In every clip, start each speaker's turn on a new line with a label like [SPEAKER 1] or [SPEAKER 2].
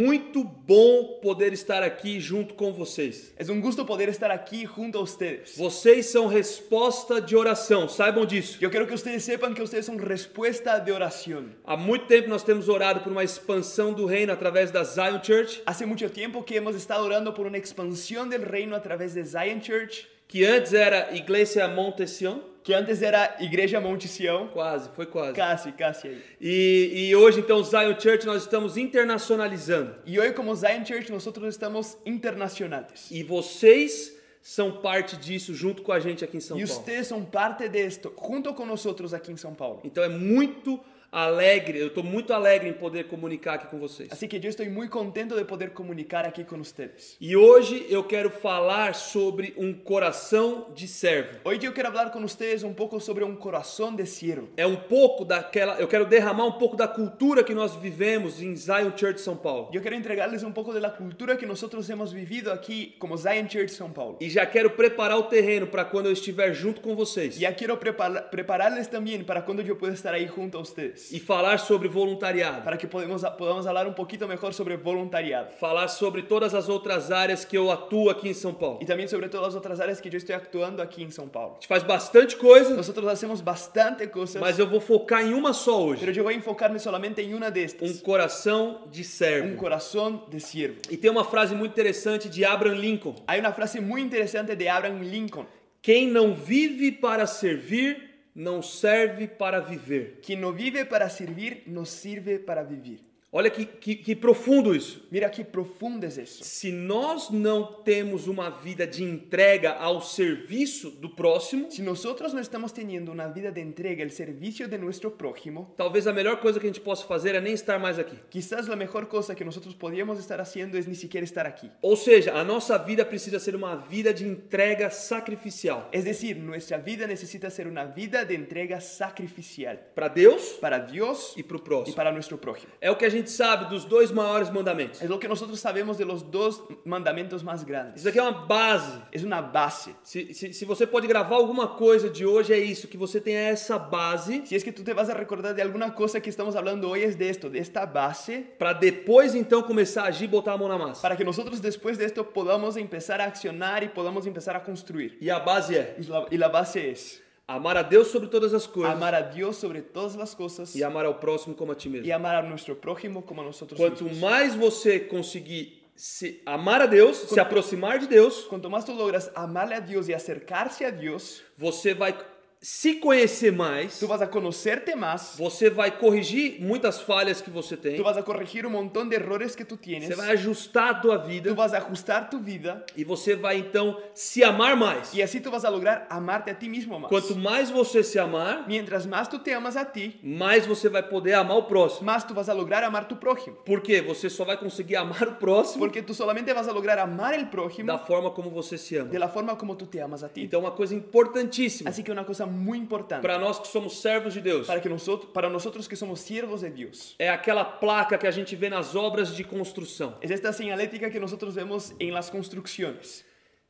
[SPEAKER 1] Muito bom poder estar aqui junto com vocês.
[SPEAKER 2] Es un gusto poder estar aquí junto a ustedes.
[SPEAKER 1] Vocês são resposta de oração, saibam disso.
[SPEAKER 2] Yo quiero que ustedes sepan que ustedes son respuesta de oración.
[SPEAKER 1] Há muito tempo nós temos orado por uma expansão do reino através da Zion Church,
[SPEAKER 2] Hace mucho tiempo que hemos estado orando por una expansión del reino a través de Zion Church,
[SPEAKER 1] que antes era Iglesia Montesion,
[SPEAKER 2] que antes era Igreja Monte Sião.
[SPEAKER 1] quase, foi quase.
[SPEAKER 2] E Casi, casi ahí.
[SPEAKER 1] E, e hoje então Zion Church nós estamos internacionalizando.
[SPEAKER 2] Y hoy como Zion Church nosotros estamos internacionales.
[SPEAKER 1] E vocês são parte disso junto com a gente aqui em São
[SPEAKER 2] Y
[SPEAKER 1] Paulo.
[SPEAKER 2] ustedes son parte de esto, junto con nosotros aquí en São Paulo.
[SPEAKER 1] Então é muito alegre, eu estou muito alegre em poder comunicar aqui com vocês.
[SPEAKER 2] Así que yo estoy muy contento de poder comunicar aquí con ustedes.
[SPEAKER 1] E hoje eu quero falar sobre um coração de servo.
[SPEAKER 2] Hoy yo quiero hablar con ustedes un poco sobre un corazón de siervo.
[SPEAKER 1] É um pouco daquela, eu quero derramar um pouco da cultura que nós vivemos em Zion Church São Paulo.
[SPEAKER 2] Yo quiero entregarles un poco de la cultura que nosotros hemos vivido aquí como Zion Church São Paulo.
[SPEAKER 1] E já quero preparar o terreno para quando eu estiver junto com vocês
[SPEAKER 2] Ya quiero prepara- prepararles también para cuando yo pueda estar ahí junto a ustedes.
[SPEAKER 1] e falar sobre voluntariado,
[SPEAKER 2] Para que podemos, podamos hablar un poquito mejor sobre voluntariado.
[SPEAKER 1] falar sobre todas as outras áreas que eu atuo aqui em São Paulo.
[SPEAKER 2] Y también sobre todas las otras áreas que yo estoy actuando aquí en São Paulo.
[SPEAKER 1] A gente faz bastante coisa,
[SPEAKER 2] Nosotros hacemos bastante cosas,
[SPEAKER 1] mas eu vou focar em uma só
[SPEAKER 2] pero
[SPEAKER 1] hoje,
[SPEAKER 2] yo voy a enfocarme solamente en una de
[SPEAKER 1] um
[SPEAKER 2] estas.
[SPEAKER 1] coração de
[SPEAKER 2] Un
[SPEAKER 1] servo.
[SPEAKER 2] corazón de siervo.
[SPEAKER 1] E tem uma frase muito interessante de Abraham Lincoln:
[SPEAKER 2] Hay una frase muy interesante de Abraham Lincoln.
[SPEAKER 1] Quem não vive para servir, não serve para viver.
[SPEAKER 2] Quien no vive para servir, no sirve para vivir.
[SPEAKER 1] Olha que, que, que profundo isso.
[SPEAKER 2] Mira qué profundo es eso.
[SPEAKER 1] Se nós não temos uma vida de entrega ao serviço do próximo,
[SPEAKER 2] Si nosotros no estamos teniendo una vida de entrega, el servicio de nuestro prójimo,
[SPEAKER 1] talvez a melhor coisa que a gente possa fazer é nem estar mais aqui.
[SPEAKER 2] quizás la mejor cosa que nosotros podríamos estar haciendo es ni siquiera estar aquí.
[SPEAKER 1] Ou seja, a nossa vida precisa ser uma vida de entrega sacrificial
[SPEAKER 2] Es decir, nuestra vida necesita ser una vida de entrega sacrificial
[SPEAKER 1] para Deus
[SPEAKER 2] para Dios
[SPEAKER 1] e para o
[SPEAKER 2] y
[SPEAKER 1] próximo.
[SPEAKER 2] para nuestro prójimo.
[SPEAKER 1] É o que a gente sabe dos dois maiores mandamentos.
[SPEAKER 2] Es lo que nosotros sabemos de los dos mandamientos más
[SPEAKER 1] Isso
[SPEAKER 2] grandes.
[SPEAKER 1] aqui é uma base.
[SPEAKER 2] Es una base.
[SPEAKER 1] Se, se, se você pode gravar alguma coisa de hoje, é isso, que você tenha esa base
[SPEAKER 2] Si es que tú te vas a recordar de alguna cosa que estamos hablando hoy es de esto, de esta base,
[SPEAKER 1] para depois então começar a agir e botar a mão na massa.
[SPEAKER 2] para que nosotros después de esto podamos empezar a accionar y podamos empezar a construir.
[SPEAKER 1] E a base é
[SPEAKER 2] Y la- y la base es...
[SPEAKER 1] amar a Deus sobre todas as coisas
[SPEAKER 2] amar a Dios sobre todas las cosas
[SPEAKER 1] e amar ao próximo como a ti
[SPEAKER 2] y
[SPEAKER 1] mesmo.
[SPEAKER 2] amar a nuestro prójimo como a nosotros
[SPEAKER 1] Quanto
[SPEAKER 2] mismos.
[SPEAKER 1] mais você conseguir se amar a Deus, se aproximar de Deus,
[SPEAKER 2] Cuanto más tú logras amarle a Dios y acercarse a Dios,
[SPEAKER 1] você vai se conhecer mais,
[SPEAKER 2] tú vas a conocerte más,
[SPEAKER 1] você vai corrigir muitas falhas que você tem,
[SPEAKER 2] tú vas a corregir un montón de errores que tú
[SPEAKER 1] você
[SPEAKER 2] tienes,
[SPEAKER 1] vai ajustar a tua
[SPEAKER 2] tú
[SPEAKER 1] vida
[SPEAKER 2] vas a ajustar tu vida
[SPEAKER 1] e você vai então se amar mais.
[SPEAKER 2] y así tú vas a lograr amarte a ti mismo más.
[SPEAKER 1] Quanto mais você se amar,
[SPEAKER 2] Mientras más tú te amas a ti,
[SPEAKER 1] mais você vai poder amar o próximo.
[SPEAKER 2] más tú vas a lograr amar tu prójimo,
[SPEAKER 1] Por quê? Você só vai conseguir amar o próximo
[SPEAKER 2] porque tú solamente vas a lograr amar el
[SPEAKER 1] da
[SPEAKER 2] prójimo
[SPEAKER 1] forma como você se ama.
[SPEAKER 2] de la forma como tú te amas a ti.
[SPEAKER 1] Então, uma coisa importantíssima
[SPEAKER 2] Así que una cosa muy importante
[SPEAKER 1] para nós que somos servos de Deus
[SPEAKER 2] Assim, para que nosotros para nosotros que somos siervos de Dios
[SPEAKER 1] é aquela placa que a gente vê nas obras de construção.
[SPEAKER 2] Es esta señalética que nosotros vemos en las construcciones.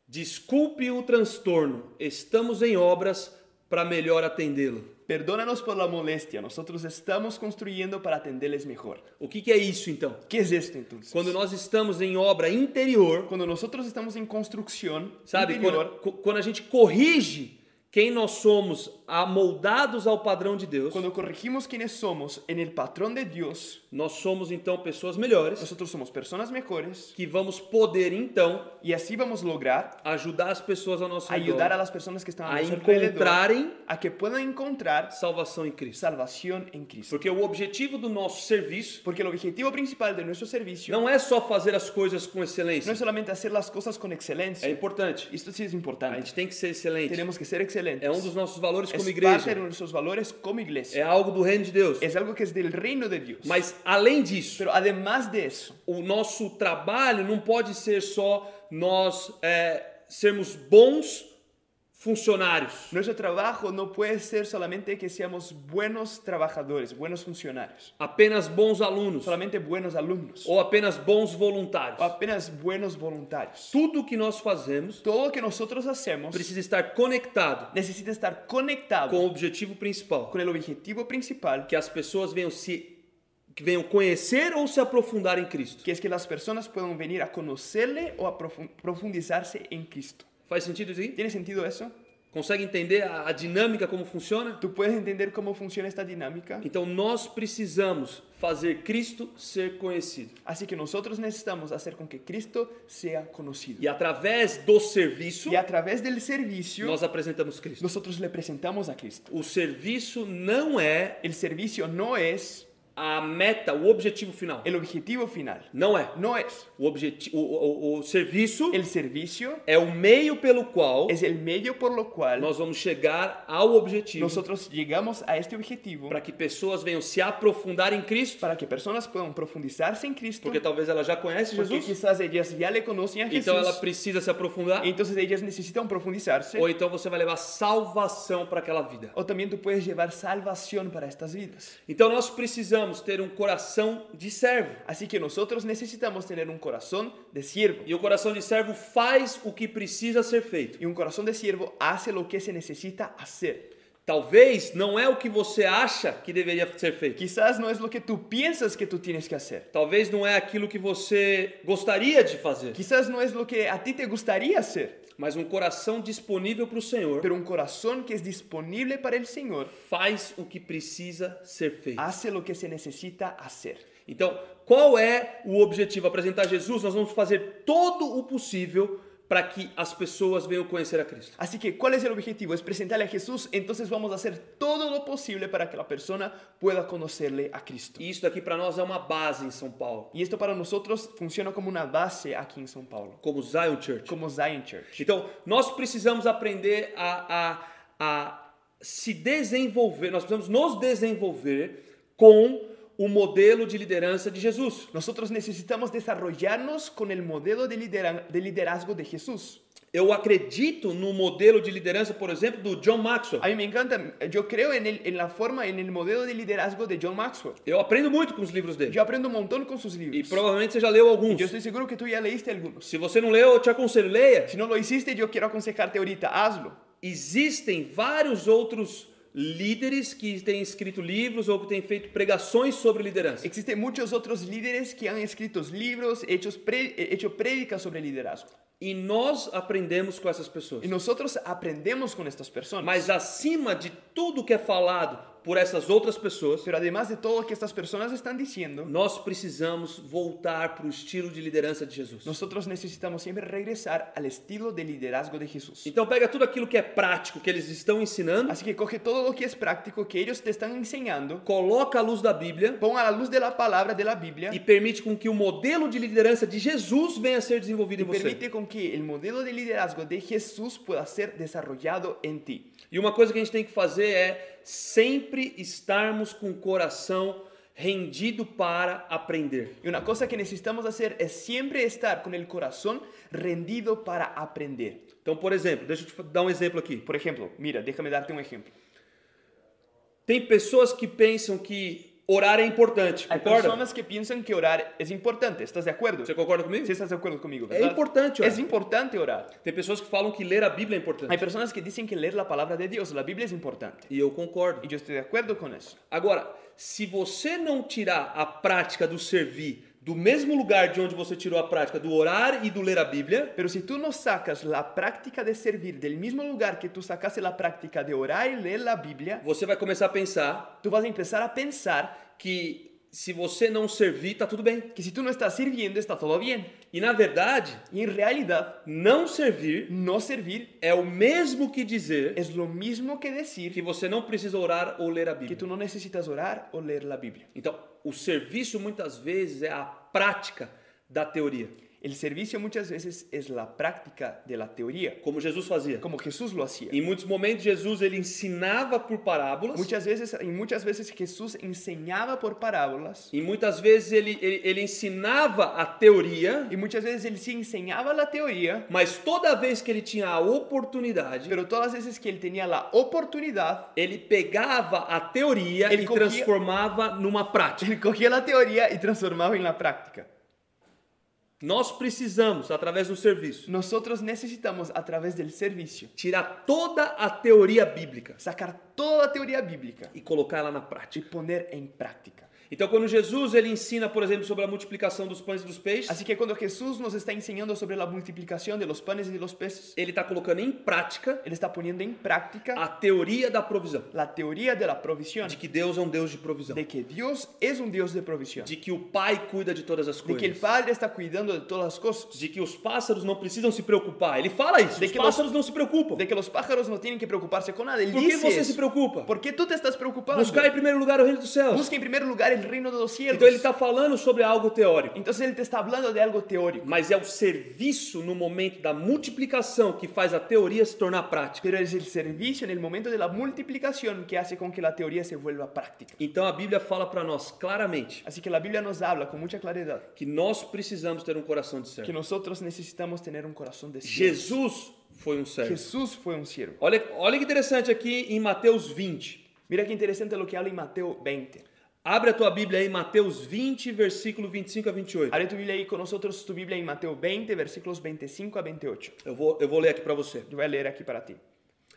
[SPEAKER 1] Desculpe o transtorno, estamos em obras para melhor atendê-lo.
[SPEAKER 2] Perdónanos por la molestia, nosotros estamos construyendo para atenderles mejor.
[SPEAKER 1] O que, que é isso então?
[SPEAKER 2] ¿Qué es esto entonces?
[SPEAKER 1] Quando nós estamos em obra interior,
[SPEAKER 2] Cuando nosotros estamos en construcción,
[SPEAKER 1] sabe?
[SPEAKER 2] interior,
[SPEAKER 1] Quando, cu- quando a gente corrige quem nós somos, amoldados ao padrão de Deus,
[SPEAKER 2] cuando corregimos quienes somos en el patrón de Dios,
[SPEAKER 1] nós somos então pessoas melhores
[SPEAKER 2] nosotros somos personas mejores
[SPEAKER 1] que vamos poder então
[SPEAKER 2] y así vamos a lograr
[SPEAKER 1] ajudar as pessoas ao nosso
[SPEAKER 2] ayudar a
[SPEAKER 1] redor
[SPEAKER 2] las personas que están a
[SPEAKER 1] a
[SPEAKER 2] nuestro alrededor
[SPEAKER 1] encontrarem
[SPEAKER 2] a que puedan encontrar
[SPEAKER 1] salvação em Cristo.
[SPEAKER 2] salvación en Cristo.
[SPEAKER 1] Porque o objetivo do nosso serviço
[SPEAKER 2] Porque el objetivo principal de nuestro servicio
[SPEAKER 1] não é só fazer as coisas com
[SPEAKER 2] no
[SPEAKER 1] excelência.
[SPEAKER 2] es solamente hacer las cosas
[SPEAKER 1] É
[SPEAKER 2] con excelencia.
[SPEAKER 1] importante.
[SPEAKER 2] Esto sí es
[SPEAKER 1] A
[SPEAKER 2] importante.
[SPEAKER 1] gente tem que ser excelente.
[SPEAKER 2] Tenemos que ser excelentes.
[SPEAKER 1] É um dos nossos valores como
[SPEAKER 2] es parte de
[SPEAKER 1] igreja.
[SPEAKER 2] nuestros valores como
[SPEAKER 1] É
[SPEAKER 2] iglesia.
[SPEAKER 1] algo do reino de Deus.
[SPEAKER 2] Es algo que es del reino de Dios.
[SPEAKER 1] Mas além disso,
[SPEAKER 2] Pero además de eso,
[SPEAKER 1] o nosso trabalho não pode ser só nós é, sermos bons funcionários.
[SPEAKER 2] nuestro trabajo no puede ser solamente que seamos buenos trabajadores, buenos funcionarios,
[SPEAKER 1] Apenas bons alunos.
[SPEAKER 2] solamente buenos alumnos
[SPEAKER 1] Ou apenas bons
[SPEAKER 2] o
[SPEAKER 1] voluntários.
[SPEAKER 2] apenas buenos voluntarios.
[SPEAKER 1] Tudo que nós fazemos
[SPEAKER 2] Todo lo que nosotros hacemos
[SPEAKER 1] precisa estar conectado
[SPEAKER 2] necesita estar conectado
[SPEAKER 1] com o objetivo principal.
[SPEAKER 2] con el objetivo principal,
[SPEAKER 1] que as pessoas venham se que venham conhecer ou se aprofundar em Cristo.
[SPEAKER 2] que es que las personas puedan venir a conocerle o a profu- profundizarse en Cristo.
[SPEAKER 1] Faz sentido isso aí?
[SPEAKER 2] ¿Tiene sentido eso?
[SPEAKER 1] Consegue entender a, a dinâmica como funciona?
[SPEAKER 2] Tú puedes entender cómo funciona esta dinámica.
[SPEAKER 1] Então nós precisamos fazer Cristo ser conhecido.
[SPEAKER 2] Así que nosotros necesitamos hacer con que Cristo sea conocido.
[SPEAKER 1] E através do serviço,
[SPEAKER 2] Y a través del servicio,
[SPEAKER 1] nós apresentamos Cristo.
[SPEAKER 2] nosotros le presentamos a Cristo.
[SPEAKER 1] O serviço não é
[SPEAKER 2] El servicio no es
[SPEAKER 1] a meta, o objetivo final.
[SPEAKER 2] el objetivo final.
[SPEAKER 1] Não é.
[SPEAKER 2] No es.
[SPEAKER 1] O, objetivo, o, o- o serviço
[SPEAKER 2] El servicio
[SPEAKER 1] é o meio pelo qual
[SPEAKER 2] es el medio por lo cual
[SPEAKER 1] nós vamos chegar ao objetivo
[SPEAKER 2] nosotros llegamos a este objetivo
[SPEAKER 1] para que pessoas venham se aprofundar em Cristo,
[SPEAKER 2] para que personas puedan profundizarse en Cristo.
[SPEAKER 1] porque talvez ela já conhece
[SPEAKER 2] Porque
[SPEAKER 1] Jesus,
[SPEAKER 2] quizás ellas ya le conocen a
[SPEAKER 1] então ela
[SPEAKER 2] Jesús.
[SPEAKER 1] precisa se aprofundar,
[SPEAKER 2] Entonces ellas necesitan profundizarse.
[SPEAKER 1] ou então você vai levar salvação para aquela vida.
[SPEAKER 2] O también tú puedes llevar salvación para estas vidas.
[SPEAKER 1] Então nós precisamos ter um coração de servo.
[SPEAKER 2] Así que nosotros necesitamos tener un corazón de siervo.
[SPEAKER 1] E o coração de servo faz o que precisa ser feito.
[SPEAKER 2] Y un corazón de siervo hace lo que se necesita hacer.
[SPEAKER 1] Talvez não é o que você acha que deveria ser feito.
[SPEAKER 2] Quizás no es lo que tú piensas que tú tienes que hacer.
[SPEAKER 1] Talvez não é aquilo que você gostaria de fazer.
[SPEAKER 2] Quizás no es lo que a ti te gustaría hacer.
[SPEAKER 1] Mas um coração disponível para o Senhor
[SPEAKER 2] Pero un corazón que es disponible para el Señor
[SPEAKER 1] faz o que precisa ser feito.
[SPEAKER 2] hace lo que se necesita hacer.
[SPEAKER 1] Então, qual é o objetivo? Apresentar Jesus, nós vamos fazer todo o possível para que as pessoas venham conhecer a Cristo.
[SPEAKER 2] Así que, ¿cuál es el objetivo? Es presentarle a Jesús. Entonces vamos a hacer todo lo posible para que la persona pueda conocerle a Cristo.
[SPEAKER 1] E isso daqui para nós é uma base em São Paulo,
[SPEAKER 2] Y esto para nosotros funciona como una base aquí en São Paulo,
[SPEAKER 1] como Zion Church.
[SPEAKER 2] como Zion Church.
[SPEAKER 1] Então, nós precisamos aprender a, a, a se desenvolver, nós precisamos nos desenvolver com o modelo de liderança de Jesus.
[SPEAKER 2] Nosotros necesitamos desarrollarnos con el modelo de, lidera- de liderazgo de Jesús.
[SPEAKER 1] Eu acredito no modelo de liderança, por exemplo, do John Maxwell.
[SPEAKER 2] A mí me encanta, yo creo en, el- en la forma, en el modelo de liderazgo de John Maxwell.
[SPEAKER 1] Eu aprendo muito com os livros dele.
[SPEAKER 2] Yo aprendo un montón con sus
[SPEAKER 1] E
[SPEAKER 2] libros.
[SPEAKER 1] provavelmente você já leu alguns.
[SPEAKER 2] Yo estoy seguro que tú ya leíste algunos.
[SPEAKER 1] Se você não leu, eu te aconselho, leia.
[SPEAKER 2] Si no lo hiciste, yo quiero aconsejarte ahorita, hazlo.
[SPEAKER 1] Existem vários outros líderes que têm escrito livros ou que têm feito pregações sobre liderança.
[SPEAKER 2] Existen muchos otros líderes que han escrito libros, hechos pre- eh, hecho prédicas sobre liderazgo.
[SPEAKER 1] E nós aprendemos com essas pessoas.
[SPEAKER 2] Y nosotros aprendemos con estas personas.
[SPEAKER 1] Mas acima de tudo que é falado por essas outras pessoas,
[SPEAKER 2] Pero además de todo lo que estas personas están diciendo,
[SPEAKER 1] nós precisamos voltar para o estilo de liderança de Jesus.
[SPEAKER 2] nosotros necesitamos siempre regresar al estilo de liderazgo de Jesús.
[SPEAKER 1] Então pega tudo aquilo que é prático que eles estão ensinando,
[SPEAKER 2] Así que coge todo lo que es práctico que ellos te están enseñando,
[SPEAKER 1] coloca a luz da Bíblia
[SPEAKER 2] pon a la luz de la palabra de la Biblia
[SPEAKER 1] e
[SPEAKER 2] y
[SPEAKER 1] permite com que o modelo de liderança de Jesus venha a ser desenvolvido em você.
[SPEAKER 2] permite con que el modelo de liderazgo de Jesús pueda ser desarrollado en ti.
[SPEAKER 1] E uma coisa que a gente tem que fazer é sempre estarmos com o coração rendido para aprender.
[SPEAKER 2] Y una cosa que necesitamos hacer es siempre estar con el corazón rendido para aprender.
[SPEAKER 1] Então, por exemplo, deixa eu te dar um exemplo aqui.
[SPEAKER 2] Por ejemplo, mira, déjame darte un ejemplo.
[SPEAKER 1] Tem pessoas que pensam que orar é importante,
[SPEAKER 2] Hay
[SPEAKER 1] concorda?
[SPEAKER 2] personas que piensan que orar es importante, ¿estás de acuerdo?
[SPEAKER 1] Você concorda comigo?
[SPEAKER 2] Sí, estás de acuerdo conmigo,
[SPEAKER 1] É
[SPEAKER 2] ¿verdad?
[SPEAKER 1] importante orar.
[SPEAKER 2] Es importante orar.
[SPEAKER 1] Tem pessoas que falam que ler a Bíblia é
[SPEAKER 2] Hay
[SPEAKER 1] importante.
[SPEAKER 2] personas que dicen que leer la palabra de Dios, la Biblia es importante.
[SPEAKER 1] E eu
[SPEAKER 2] Y
[SPEAKER 1] concordo.
[SPEAKER 2] yo estoy de acuerdo con eso.
[SPEAKER 1] Agora, se você não tirar a prática do servir do mesmo lugar de onde você tirou a prática do orar e do ler a Bíblia,
[SPEAKER 2] Pero si tú no sacas la práctica de servir del mismo lugar que tú sacaste la práctica de orar y leer la Biblia,
[SPEAKER 1] você vai começar a pensar
[SPEAKER 2] tú vas a empezar a pensar
[SPEAKER 1] que se você não servir, tá tudo bem.
[SPEAKER 2] que si tú no estás sirviendo está todo bien.
[SPEAKER 1] E na verdade,
[SPEAKER 2] Y en realidad,
[SPEAKER 1] não servir
[SPEAKER 2] no servir
[SPEAKER 1] é o mesmo que dizer
[SPEAKER 2] es lo mismo que decir
[SPEAKER 1] que você não precisa orar ou ler a
[SPEAKER 2] que tú
[SPEAKER 1] Bíblia.
[SPEAKER 2] no necesitas orar o leer la Biblia.
[SPEAKER 1] Então, o serviço muitas vezes é a prática da teoria,
[SPEAKER 2] El servicio muchas veces es la práctica de la teoría,
[SPEAKER 1] como Jesus fazia.
[SPEAKER 2] como Jesús lo hacía.
[SPEAKER 1] Em muitos momentos, Jesus ele ensinava por parábolas.
[SPEAKER 2] Muchas veces, y muchas veces Jesús enseñaba por parábolas
[SPEAKER 1] E muitas vezes ele, ele, ele ensinava a teoria,
[SPEAKER 2] y muchas veces él sí enseñaba la teoría,
[SPEAKER 1] mas toda vez que ele tinha a oportunidade,
[SPEAKER 2] pero todas las veces que él tenía la oportunidad,
[SPEAKER 1] ele pegava a teoria
[SPEAKER 2] Ele
[SPEAKER 1] e
[SPEAKER 2] corria-
[SPEAKER 1] transformava numa prática.
[SPEAKER 2] él cogía la teoría y transformaba en la práctica.
[SPEAKER 1] Nós precisamos, através do serviço,
[SPEAKER 2] Nosotros necesitamos a través del servicio
[SPEAKER 1] tirar toda a teoria bíblica
[SPEAKER 2] sacar toda la teoría bíblica
[SPEAKER 1] e colocar ela na
[SPEAKER 2] y
[SPEAKER 1] prática.
[SPEAKER 2] poner en práctica.
[SPEAKER 1] Então, quando Jesus ele ensina, por exemplo, sobre a multiplicação dos pães e dos peixes,
[SPEAKER 2] Así que cuando Jesús nos está enseñando sobre la multiplicación de los panes y de los peces,
[SPEAKER 1] ele está colocando em prática
[SPEAKER 2] Él está poniendo en práctica
[SPEAKER 1] a teoria da provisão,
[SPEAKER 2] la teoría de la provisión,
[SPEAKER 1] de que Deus é um Deus de provisão,
[SPEAKER 2] de que Dios es un Dios de provisión,
[SPEAKER 1] de que o Pai cuida de todas as
[SPEAKER 2] de que el
[SPEAKER 1] coisas,
[SPEAKER 2] Padre está cuidando de todas las cosas,
[SPEAKER 1] de que os pássaros não precisam se preocupar. Ele fala isso,
[SPEAKER 2] De
[SPEAKER 1] os
[SPEAKER 2] que
[SPEAKER 1] pássaros não se preocupam.
[SPEAKER 2] de que los pájaros no tienen que preocuparse con nada. Él
[SPEAKER 1] Por que
[SPEAKER 2] dice
[SPEAKER 1] você
[SPEAKER 2] eso.
[SPEAKER 1] se preocupa?
[SPEAKER 2] ¿Por qué tú te estás preocupando?
[SPEAKER 1] Buscar em primeiro lugar o reino dos céus.
[SPEAKER 2] Busca en primer lugar el reino de los cielos.
[SPEAKER 1] Então ele está falando sobre algo teórico,
[SPEAKER 2] Entonces Él te está hablando de algo teórico,
[SPEAKER 1] mas é o serviço no momento da multiplicação que faz a teoria se tornar prática.
[SPEAKER 2] pero es el servicio en el momento de la multiplicación que hace con que la teoría se vuelva práctica.
[SPEAKER 1] Então a Bíblia fala para nós claramente
[SPEAKER 2] Así que la Biblia nos habla con mucha claridad
[SPEAKER 1] que nós precisamos ter um coração de
[SPEAKER 2] que
[SPEAKER 1] servo.
[SPEAKER 2] nosotros necesitamos tener un corazón de siervo.
[SPEAKER 1] Jesus foi um servo.
[SPEAKER 2] Jesús fue un siervo.
[SPEAKER 1] Olha, olha que interessante aqui em Mateus 20.
[SPEAKER 2] Mira qué interesante lo que habla en Mateo 20.
[SPEAKER 1] Abre a tua Bíblia aí, Mateus 20, versículo 25 a 28.
[SPEAKER 2] Abre tu Biblia ahí con nosotros, tu Biblia en Mateo 20, versículos 25 a 28.
[SPEAKER 1] Eu vou, eu vou ler aqui para você.
[SPEAKER 2] Yo voy a leer aquí para ti.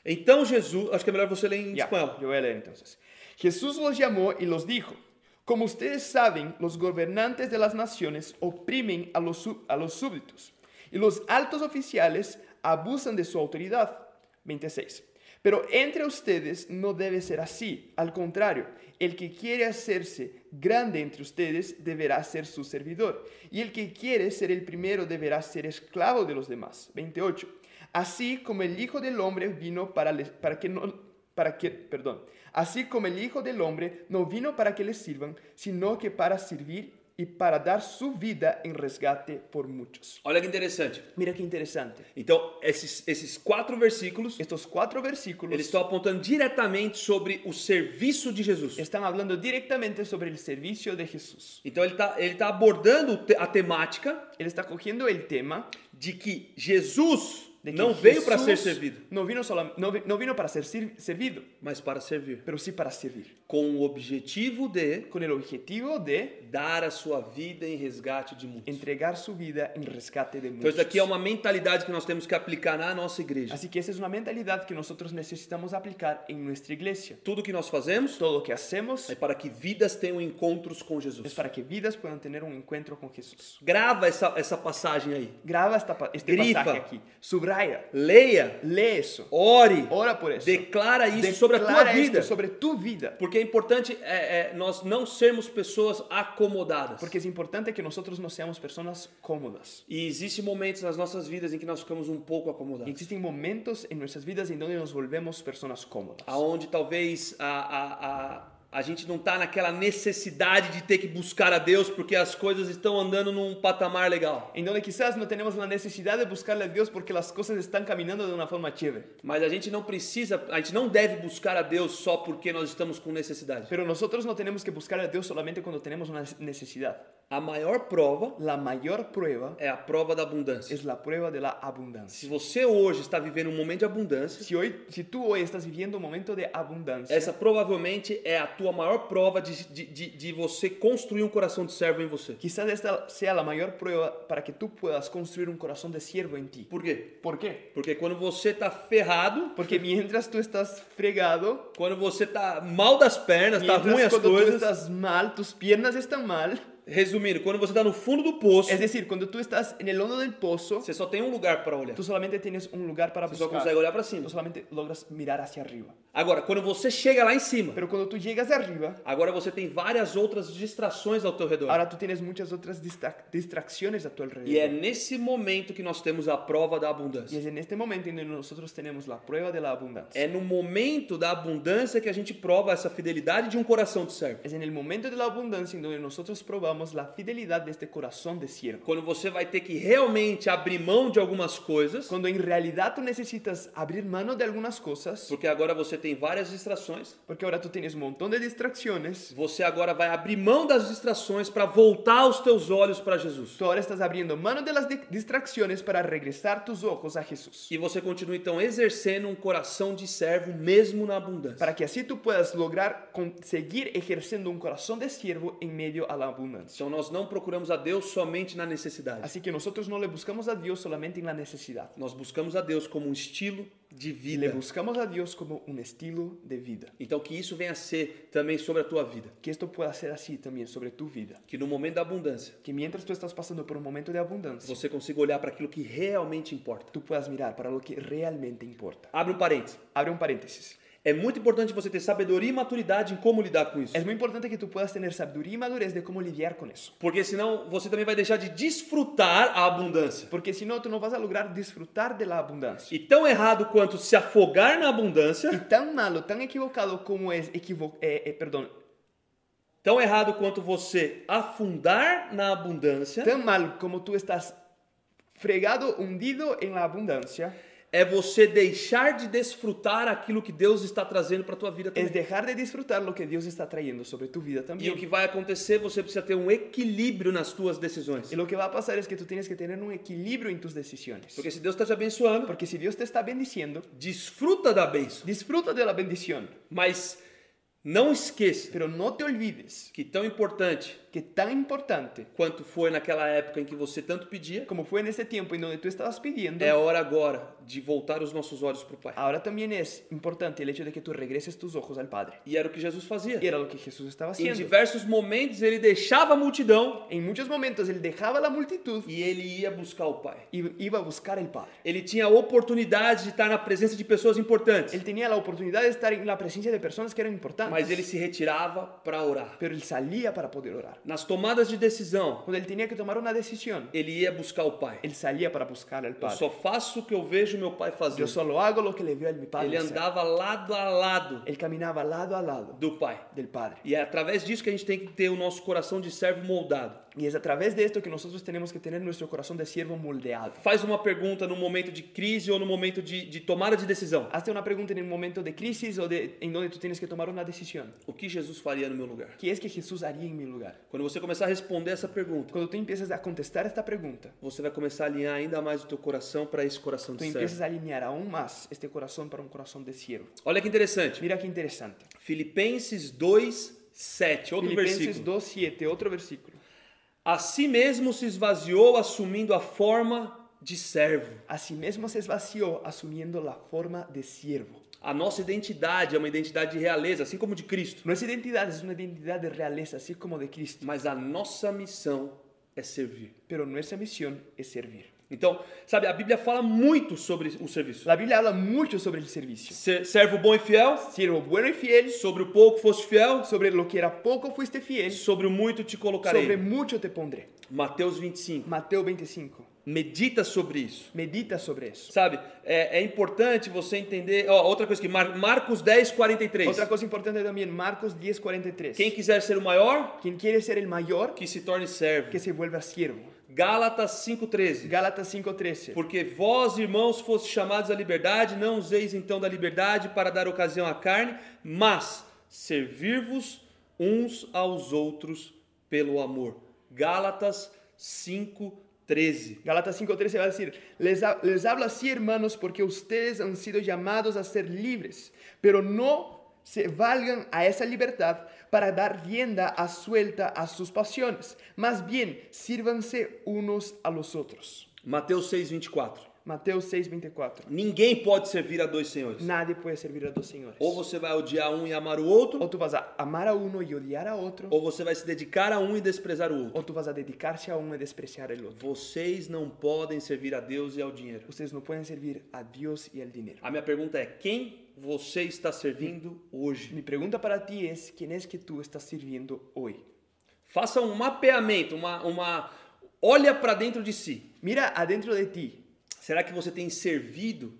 [SPEAKER 1] Então Jesus, acho que é melhor você ler em
[SPEAKER 2] Ya,
[SPEAKER 1] espanhol.
[SPEAKER 2] yo voy a leer entonces. Jesús los llamó y los dijo, como ustedes saben, los gobernantes de las naciones oprimen a los, sú- a los súbditos y los altos oficiales abusan de su autoridad. 26. Pero entre ustedes no debe ser así. Al contrario, el que quiere hacerse grande entre ustedes deberá ser su servidor. Y el que quiere ser el primero deberá ser esclavo de los demás. 28. Así como el Hijo del Hombre vino para, les- para que no, para que, perdón, así como el Hijo del Hombre no vino para que le sirvan, sino que para servir y para dar su vida en resgate por muchos.
[SPEAKER 1] Olha que interessante.
[SPEAKER 2] Mira qué interesante.
[SPEAKER 1] Então, esses, esses quatro versículos,
[SPEAKER 2] Estos cuatro versículos
[SPEAKER 1] eles estão apontando diretamente sobre o serviço de Jesus.
[SPEAKER 2] están hablando directamente sobre el servicio de Jesús.
[SPEAKER 1] Então, ele está ele tá abordando te- a temática
[SPEAKER 2] Él está cogiendo el tema
[SPEAKER 1] de que Jesus
[SPEAKER 2] de que
[SPEAKER 1] não veio
[SPEAKER 2] Jesús
[SPEAKER 1] para ser servido,
[SPEAKER 2] No vino, solam- no, vi- no vino para ser sir- servido,
[SPEAKER 1] mas para servir.
[SPEAKER 2] pero sí para servir,
[SPEAKER 1] Com o objetivo de
[SPEAKER 2] con el objetivo de
[SPEAKER 1] dar a sua vida em resgate de muitos.
[SPEAKER 2] entregar su vida en rescate de
[SPEAKER 1] Então,
[SPEAKER 2] muchos.
[SPEAKER 1] isso aqui é uma mentalidade que nós temos que aplicar na nossa igreja.
[SPEAKER 2] Así que esa es una mentalidad que nosotros necesitamos aplicar en nuestra iglesia.
[SPEAKER 1] Tudo que nós fazemos
[SPEAKER 2] Todo lo que hacemos
[SPEAKER 1] é para que vidas tenham encontros com Jesus.
[SPEAKER 2] es para que vidas puedan tener un encuentro con Jesús.
[SPEAKER 1] Grava essa, essa passagem aí.
[SPEAKER 2] Graba esta pa- este
[SPEAKER 1] Grifa.
[SPEAKER 2] pasaje aquí, subraya,
[SPEAKER 1] Leia,
[SPEAKER 2] lee eso,
[SPEAKER 1] ore,
[SPEAKER 2] ora por eso,
[SPEAKER 1] declara isso sobre a tua
[SPEAKER 2] Declara esto
[SPEAKER 1] vida.
[SPEAKER 2] sobre tu vida.
[SPEAKER 1] Porque é importante é, é, nós não sermos pessoas acomodadas.
[SPEAKER 2] Porque es importante que nosotros no seamos personas cómodas.
[SPEAKER 1] E existem momentos nas nossas vidas em que nós ficamos um pouco
[SPEAKER 2] Y
[SPEAKER 1] acomodados.
[SPEAKER 2] existen momentos en nuestras vidas en donde nos volvemos personas cómodas.
[SPEAKER 1] Aonde talvez a, a, a, a gente não está naquela necessidade de ter que buscar a Deus porque as coisas estão andando num patamar legal.
[SPEAKER 2] En donde quizás no tenemos la necesidad de buscarle a Dios porque las cosas están caminando de una forma chévere.
[SPEAKER 1] Mas a gente não precisa, a gente não deve buscar a Deus só porque nós estamos com necessidade.
[SPEAKER 2] Pero nosotros no tenemos que buscar a Dios solamente cuando tenemos una necesidad.
[SPEAKER 1] A maior prova
[SPEAKER 2] La mayor prueba
[SPEAKER 1] é a prova da abundância.
[SPEAKER 2] es la prueba de la abundancia.
[SPEAKER 1] Se você hoje está vivendo um momento de abundância,
[SPEAKER 2] Si, hoy, si tú hoy estás viviendo un momento de abundancia,
[SPEAKER 1] essa provavelmente é a tua maior prova de, de, de, de você construir um coração de servo em você.
[SPEAKER 2] quizás esta sea la mayor prueba para que tú puedas construir un corazón de siervo en ti.
[SPEAKER 1] Por quê?
[SPEAKER 2] ¿Por qué?
[SPEAKER 1] Porque quando você tá ferrado,
[SPEAKER 2] Porque mientras tú estás fregado,
[SPEAKER 1] quando você tá mal das pernas, tá
[SPEAKER 2] mientras
[SPEAKER 1] ruim as
[SPEAKER 2] cuando tú
[SPEAKER 1] coisas.
[SPEAKER 2] estás mal, tus piernas están mal,
[SPEAKER 1] Resumindo, quando você tá no fundo do poço,
[SPEAKER 2] es decir, cuando tú estás en el hondo del pozo,
[SPEAKER 1] você só tem um lugar para olhar.
[SPEAKER 2] tú solamente tienes un lugar para
[SPEAKER 1] Você só
[SPEAKER 2] buscar.
[SPEAKER 1] consegue olhar para cima.
[SPEAKER 2] Tú solamente logras mirar hacia arriba.
[SPEAKER 1] Agora, quando você chega lá em cima,
[SPEAKER 2] Pero cuando tú llegas arriba,
[SPEAKER 1] Agora você tem várias outras distrações ao teu redor.
[SPEAKER 2] ahora tú tienes muchas otras distrac- distracciones a tu alrededor.
[SPEAKER 1] E é nesse momento que nós temos a prova da
[SPEAKER 2] Y
[SPEAKER 1] abundância.
[SPEAKER 2] es en este momento en donde nosotros tenemos la prueba de la abundancia.
[SPEAKER 1] É no momento da abundância que a gente prova essa fidelidade de um coração de servo.
[SPEAKER 2] Es en el momento de la abundancia en donde nosotros probamos la fidelidad de este corazón de siervo.
[SPEAKER 1] Quando você vai ter que realmente abrir mão de algumas coisas,
[SPEAKER 2] Cuando en realidad tú necesitas abrir mano de algunas cosas,
[SPEAKER 1] porque agora você tem várias distrações,
[SPEAKER 2] porque ahora tú tienes un montón de distracciones,
[SPEAKER 1] você agora vai abrir mão das distrações para voltar os teus olhos para Jesus.
[SPEAKER 2] tú ahora estás abriendo mano de las di- distracciones para regresar tus ojos a Jesús.
[SPEAKER 1] E você continua então exercendo um coração de servo mesmo na abundância.
[SPEAKER 2] Para que así tú puedas lograr con- seguir ejerciendo un corazón de siervo en medio a la abundante.
[SPEAKER 1] Então nós não procuramos a Deus somente na necessidade.
[SPEAKER 2] Así que nosotros no le buscamos a Dios solamente en la necesidad,
[SPEAKER 1] Nós buscamos a Deus como um estilo de
[SPEAKER 2] le
[SPEAKER 1] vida.
[SPEAKER 2] buscamos a Dios como un estilo de vida.
[SPEAKER 1] Então que isso venha a ser também sobre a tua vida.
[SPEAKER 2] Que esto pueda ser así también sobre tu vida.
[SPEAKER 1] Que no momento da abundância
[SPEAKER 2] Que mientras tú estás pasando por un momento de abundancia,
[SPEAKER 1] você consiga olhar para aquilo que realmente importa.
[SPEAKER 2] tú puedas mirar para lo que realmente importa.
[SPEAKER 1] Abre um parênteses.
[SPEAKER 2] Abre un paréntesis.
[SPEAKER 1] É muito importante você ter sabedoria e maturidade em como lidar com isso.
[SPEAKER 2] Es muy importante que tú puedas tener sabiduría y madurez de cómo lidiar con eso.
[SPEAKER 1] Porque senão você também vai deixar de desfrutar a abundância.
[SPEAKER 2] Porque si no, tú no vas a lograr disfrutar de la abundancia.
[SPEAKER 1] E tão errado quanto se afogar na abundância,
[SPEAKER 2] Y tan malo, tan equivocado como es, equivo- eh, eh, perdón,
[SPEAKER 1] tão errado quanto você afundar na abundância,
[SPEAKER 2] tan mal como tú estás fregado, hundido en la abundancia,
[SPEAKER 1] é você deixar de desfrutar aquilo que Deus está trazendo para tua vida
[SPEAKER 2] es
[SPEAKER 1] também.
[SPEAKER 2] dejar de disfrutar lo que Dios está trayendo sobre tu vida
[SPEAKER 1] E o
[SPEAKER 2] también.
[SPEAKER 1] que vai acontecer, você precisa ter um equilíbrio nas tuas decisões.
[SPEAKER 2] Y lo que va a pasar es que tú tienes que tener un equilibrio en tus decisiones.
[SPEAKER 1] Porque se Deus está te abençoando,
[SPEAKER 2] Porque si Dios te está bendiciendo,
[SPEAKER 1] desfruta da bênção.
[SPEAKER 2] disfruta de la bendición,
[SPEAKER 1] Mas não esqueça
[SPEAKER 2] pero no te olvides
[SPEAKER 1] que tão importante
[SPEAKER 2] que tan importante
[SPEAKER 1] quanto foi naquela época em que você tanto pedia,
[SPEAKER 2] como fue en ese tiempo en donde tú estabas pidiendo,
[SPEAKER 1] é hora agora de voltar os nossos olhos para o Pai.
[SPEAKER 2] ahora también es importante el hecho de que tú regreses tus ojos al Padre.
[SPEAKER 1] E era o que Jesus fazia.
[SPEAKER 2] Y era lo que Jesús estaba
[SPEAKER 1] Em
[SPEAKER 2] haciendo.
[SPEAKER 1] diversos momentos ele deixava a multidão
[SPEAKER 2] En muchos momentos él dejaba la multitud
[SPEAKER 1] e ele ia buscar o Pai.
[SPEAKER 2] y iba a buscar al Padre.
[SPEAKER 1] Ele tinha a oportunidade de estar na presença de pessoas importantes,
[SPEAKER 2] Él tenía la oportunidad de estar en la presencia de personas que eran importantes,
[SPEAKER 1] mas ele se retirava para orar.
[SPEAKER 2] pero él salía para poder orar.
[SPEAKER 1] Nas tomadas de decisão,
[SPEAKER 2] Cuando él tenía que tomar una decisión,
[SPEAKER 1] ele ia buscar o Pai.
[SPEAKER 2] él salía para buscar al
[SPEAKER 1] Eu
[SPEAKER 2] Padre.
[SPEAKER 1] só faço o que eu vejo meu Pai fazer.
[SPEAKER 2] Yo solo hago lo que le veo a mi Padre.
[SPEAKER 1] Ele
[SPEAKER 2] hacer.
[SPEAKER 1] andava lado a lado
[SPEAKER 2] Él caminaba lado a lado
[SPEAKER 1] do Pai.
[SPEAKER 2] del Padre.
[SPEAKER 1] E é através disso que a gente tem que ter o nosso coração de servo moldado.
[SPEAKER 2] Y es a través de esto que nosotros tenemos que tener nuestro corazón de siervo moldeado.
[SPEAKER 1] Faz uma pergunta no momento de crise ou no momento de, de tomada de decisão.
[SPEAKER 2] Hazte una pregunta en un momento de crisis o de, en donde tú tienes que tomar una decisión.
[SPEAKER 1] O que Jesus faria no meu lugar?
[SPEAKER 2] ¿Qué es que Jesús haría en mi lugar?
[SPEAKER 1] Quando você começar a responder essa pergunta,
[SPEAKER 2] Cuando tú empiezas a contestar esta pregunta,
[SPEAKER 1] você vai começar a alinhar ainda mais o teu coração para esse coração
[SPEAKER 2] tú
[SPEAKER 1] de servo.
[SPEAKER 2] empiezas a alinear aún más este corazón para un corazón de siervo.
[SPEAKER 1] Olha que interessante.
[SPEAKER 2] Mira qué interesante.
[SPEAKER 1] Filipenses 2, 7. Outro
[SPEAKER 2] Filipenses
[SPEAKER 1] versículo.
[SPEAKER 2] 2.7, otro versículo.
[SPEAKER 1] A si mesmo se esvaziou assumindo a forma de servo.
[SPEAKER 2] Asimismo se esvació asumiendo la forma de siervo.
[SPEAKER 1] A nossa identidade é uma identidade de realeza, assim como de Cristo.
[SPEAKER 2] Nuestra identidad es una identidad de realeza, así como de Cristo,
[SPEAKER 1] Mas a nossa missão é servir.
[SPEAKER 2] pero nuestra misión es servir.
[SPEAKER 1] Então, sabe, a Bíblia fala muito sobre o serviço.
[SPEAKER 2] La Biblia habla mucho sobre el servicio.
[SPEAKER 1] Ser, servo bom e fiel,
[SPEAKER 2] Siervo bueno y fiel,
[SPEAKER 1] sobre o pouco foste fiel,
[SPEAKER 2] sobre lo que era poco fuiste fiel,
[SPEAKER 1] sobre o muito te
[SPEAKER 2] sobre
[SPEAKER 1] colocarei.
[SPEAKER 2] mucho te pondré.
[SPEAKER 1] Mateus 25.
[SPEAKER 2] Mateo 25.
[SPEAKER 1] Medita sobre isso.
[SPEAKER 2] Medita sobre eso.
[SPEAKER 1] Sabe, é, é importante você entender. Ó, outra coisa que Mar, Marcos 10, 43.
[SPEAKER 2] Otra cosa importante también, Marcos 10:43.
[SPEAKER 1] Quem quiser ser o maior,
[SPEAKER 2] Quien quiere ser el mayor,
[SPEAKER 1] que se torne servo.
[SPEAKER 2] que se vuelva siervo.
[SPEAKER 1] Gálatas 5,13.
[SPEAKER 2] Gálatas 5:13.
[SPEAKER 1] Porque vós, irmãos, foste chamados à liberdade, não useis então da liberdade para dar ocasião à carne, mas servir-vos uns aos outros pelo amor. Gálatas 5,13.
[SPEAKER 2] Galatas 5:13 va a decir, les, ha- les hablo así hermanos porque ustedes han sido llamados a ser libres, pero no se valgan a esa libertad para dar rienda a suelta a sus pasiones, más bien sírvanse unos a los otros.
[SPEAKER 1] Mateus 6,24.
[SPEAKER 2] Mateo 6:24.
[SPEAKER 1] Ninguém pode servir a dois senhores.
[SPEAKER 2] Nadie puede servir a dos señores.
[SPEAKER 1] Ou você vai odiar um e amar o outro,
[SPEAKER 2] O tú vas a amar a uno y odiar a otro,
[SPEAKER 1] ou você vai se dedicar a um e desprezar o outro.
[SPEAKER 2] o tú vas a dedicarse a uno y despreciar al otro.
[SPEAKER 1] Vocês não podem servir a Deus e ao dinheiro.
[SPEAKER 2] Ustedes no pueden servir a Dios y al dinero.
[SPEAKER 1] A minha pergunta é: quem você está servindo hoje?
[SPEAKER 2] Mi pregunta para ti es, ¿quién es que tú estás sirviendo hoy?
[SPEAKER 1] Faça um mapeamento, uma, uma olha para dentro de si.
[SPEAKER 2] Mira adentro de ti.
[SPEAKER 1] Será que você tem servido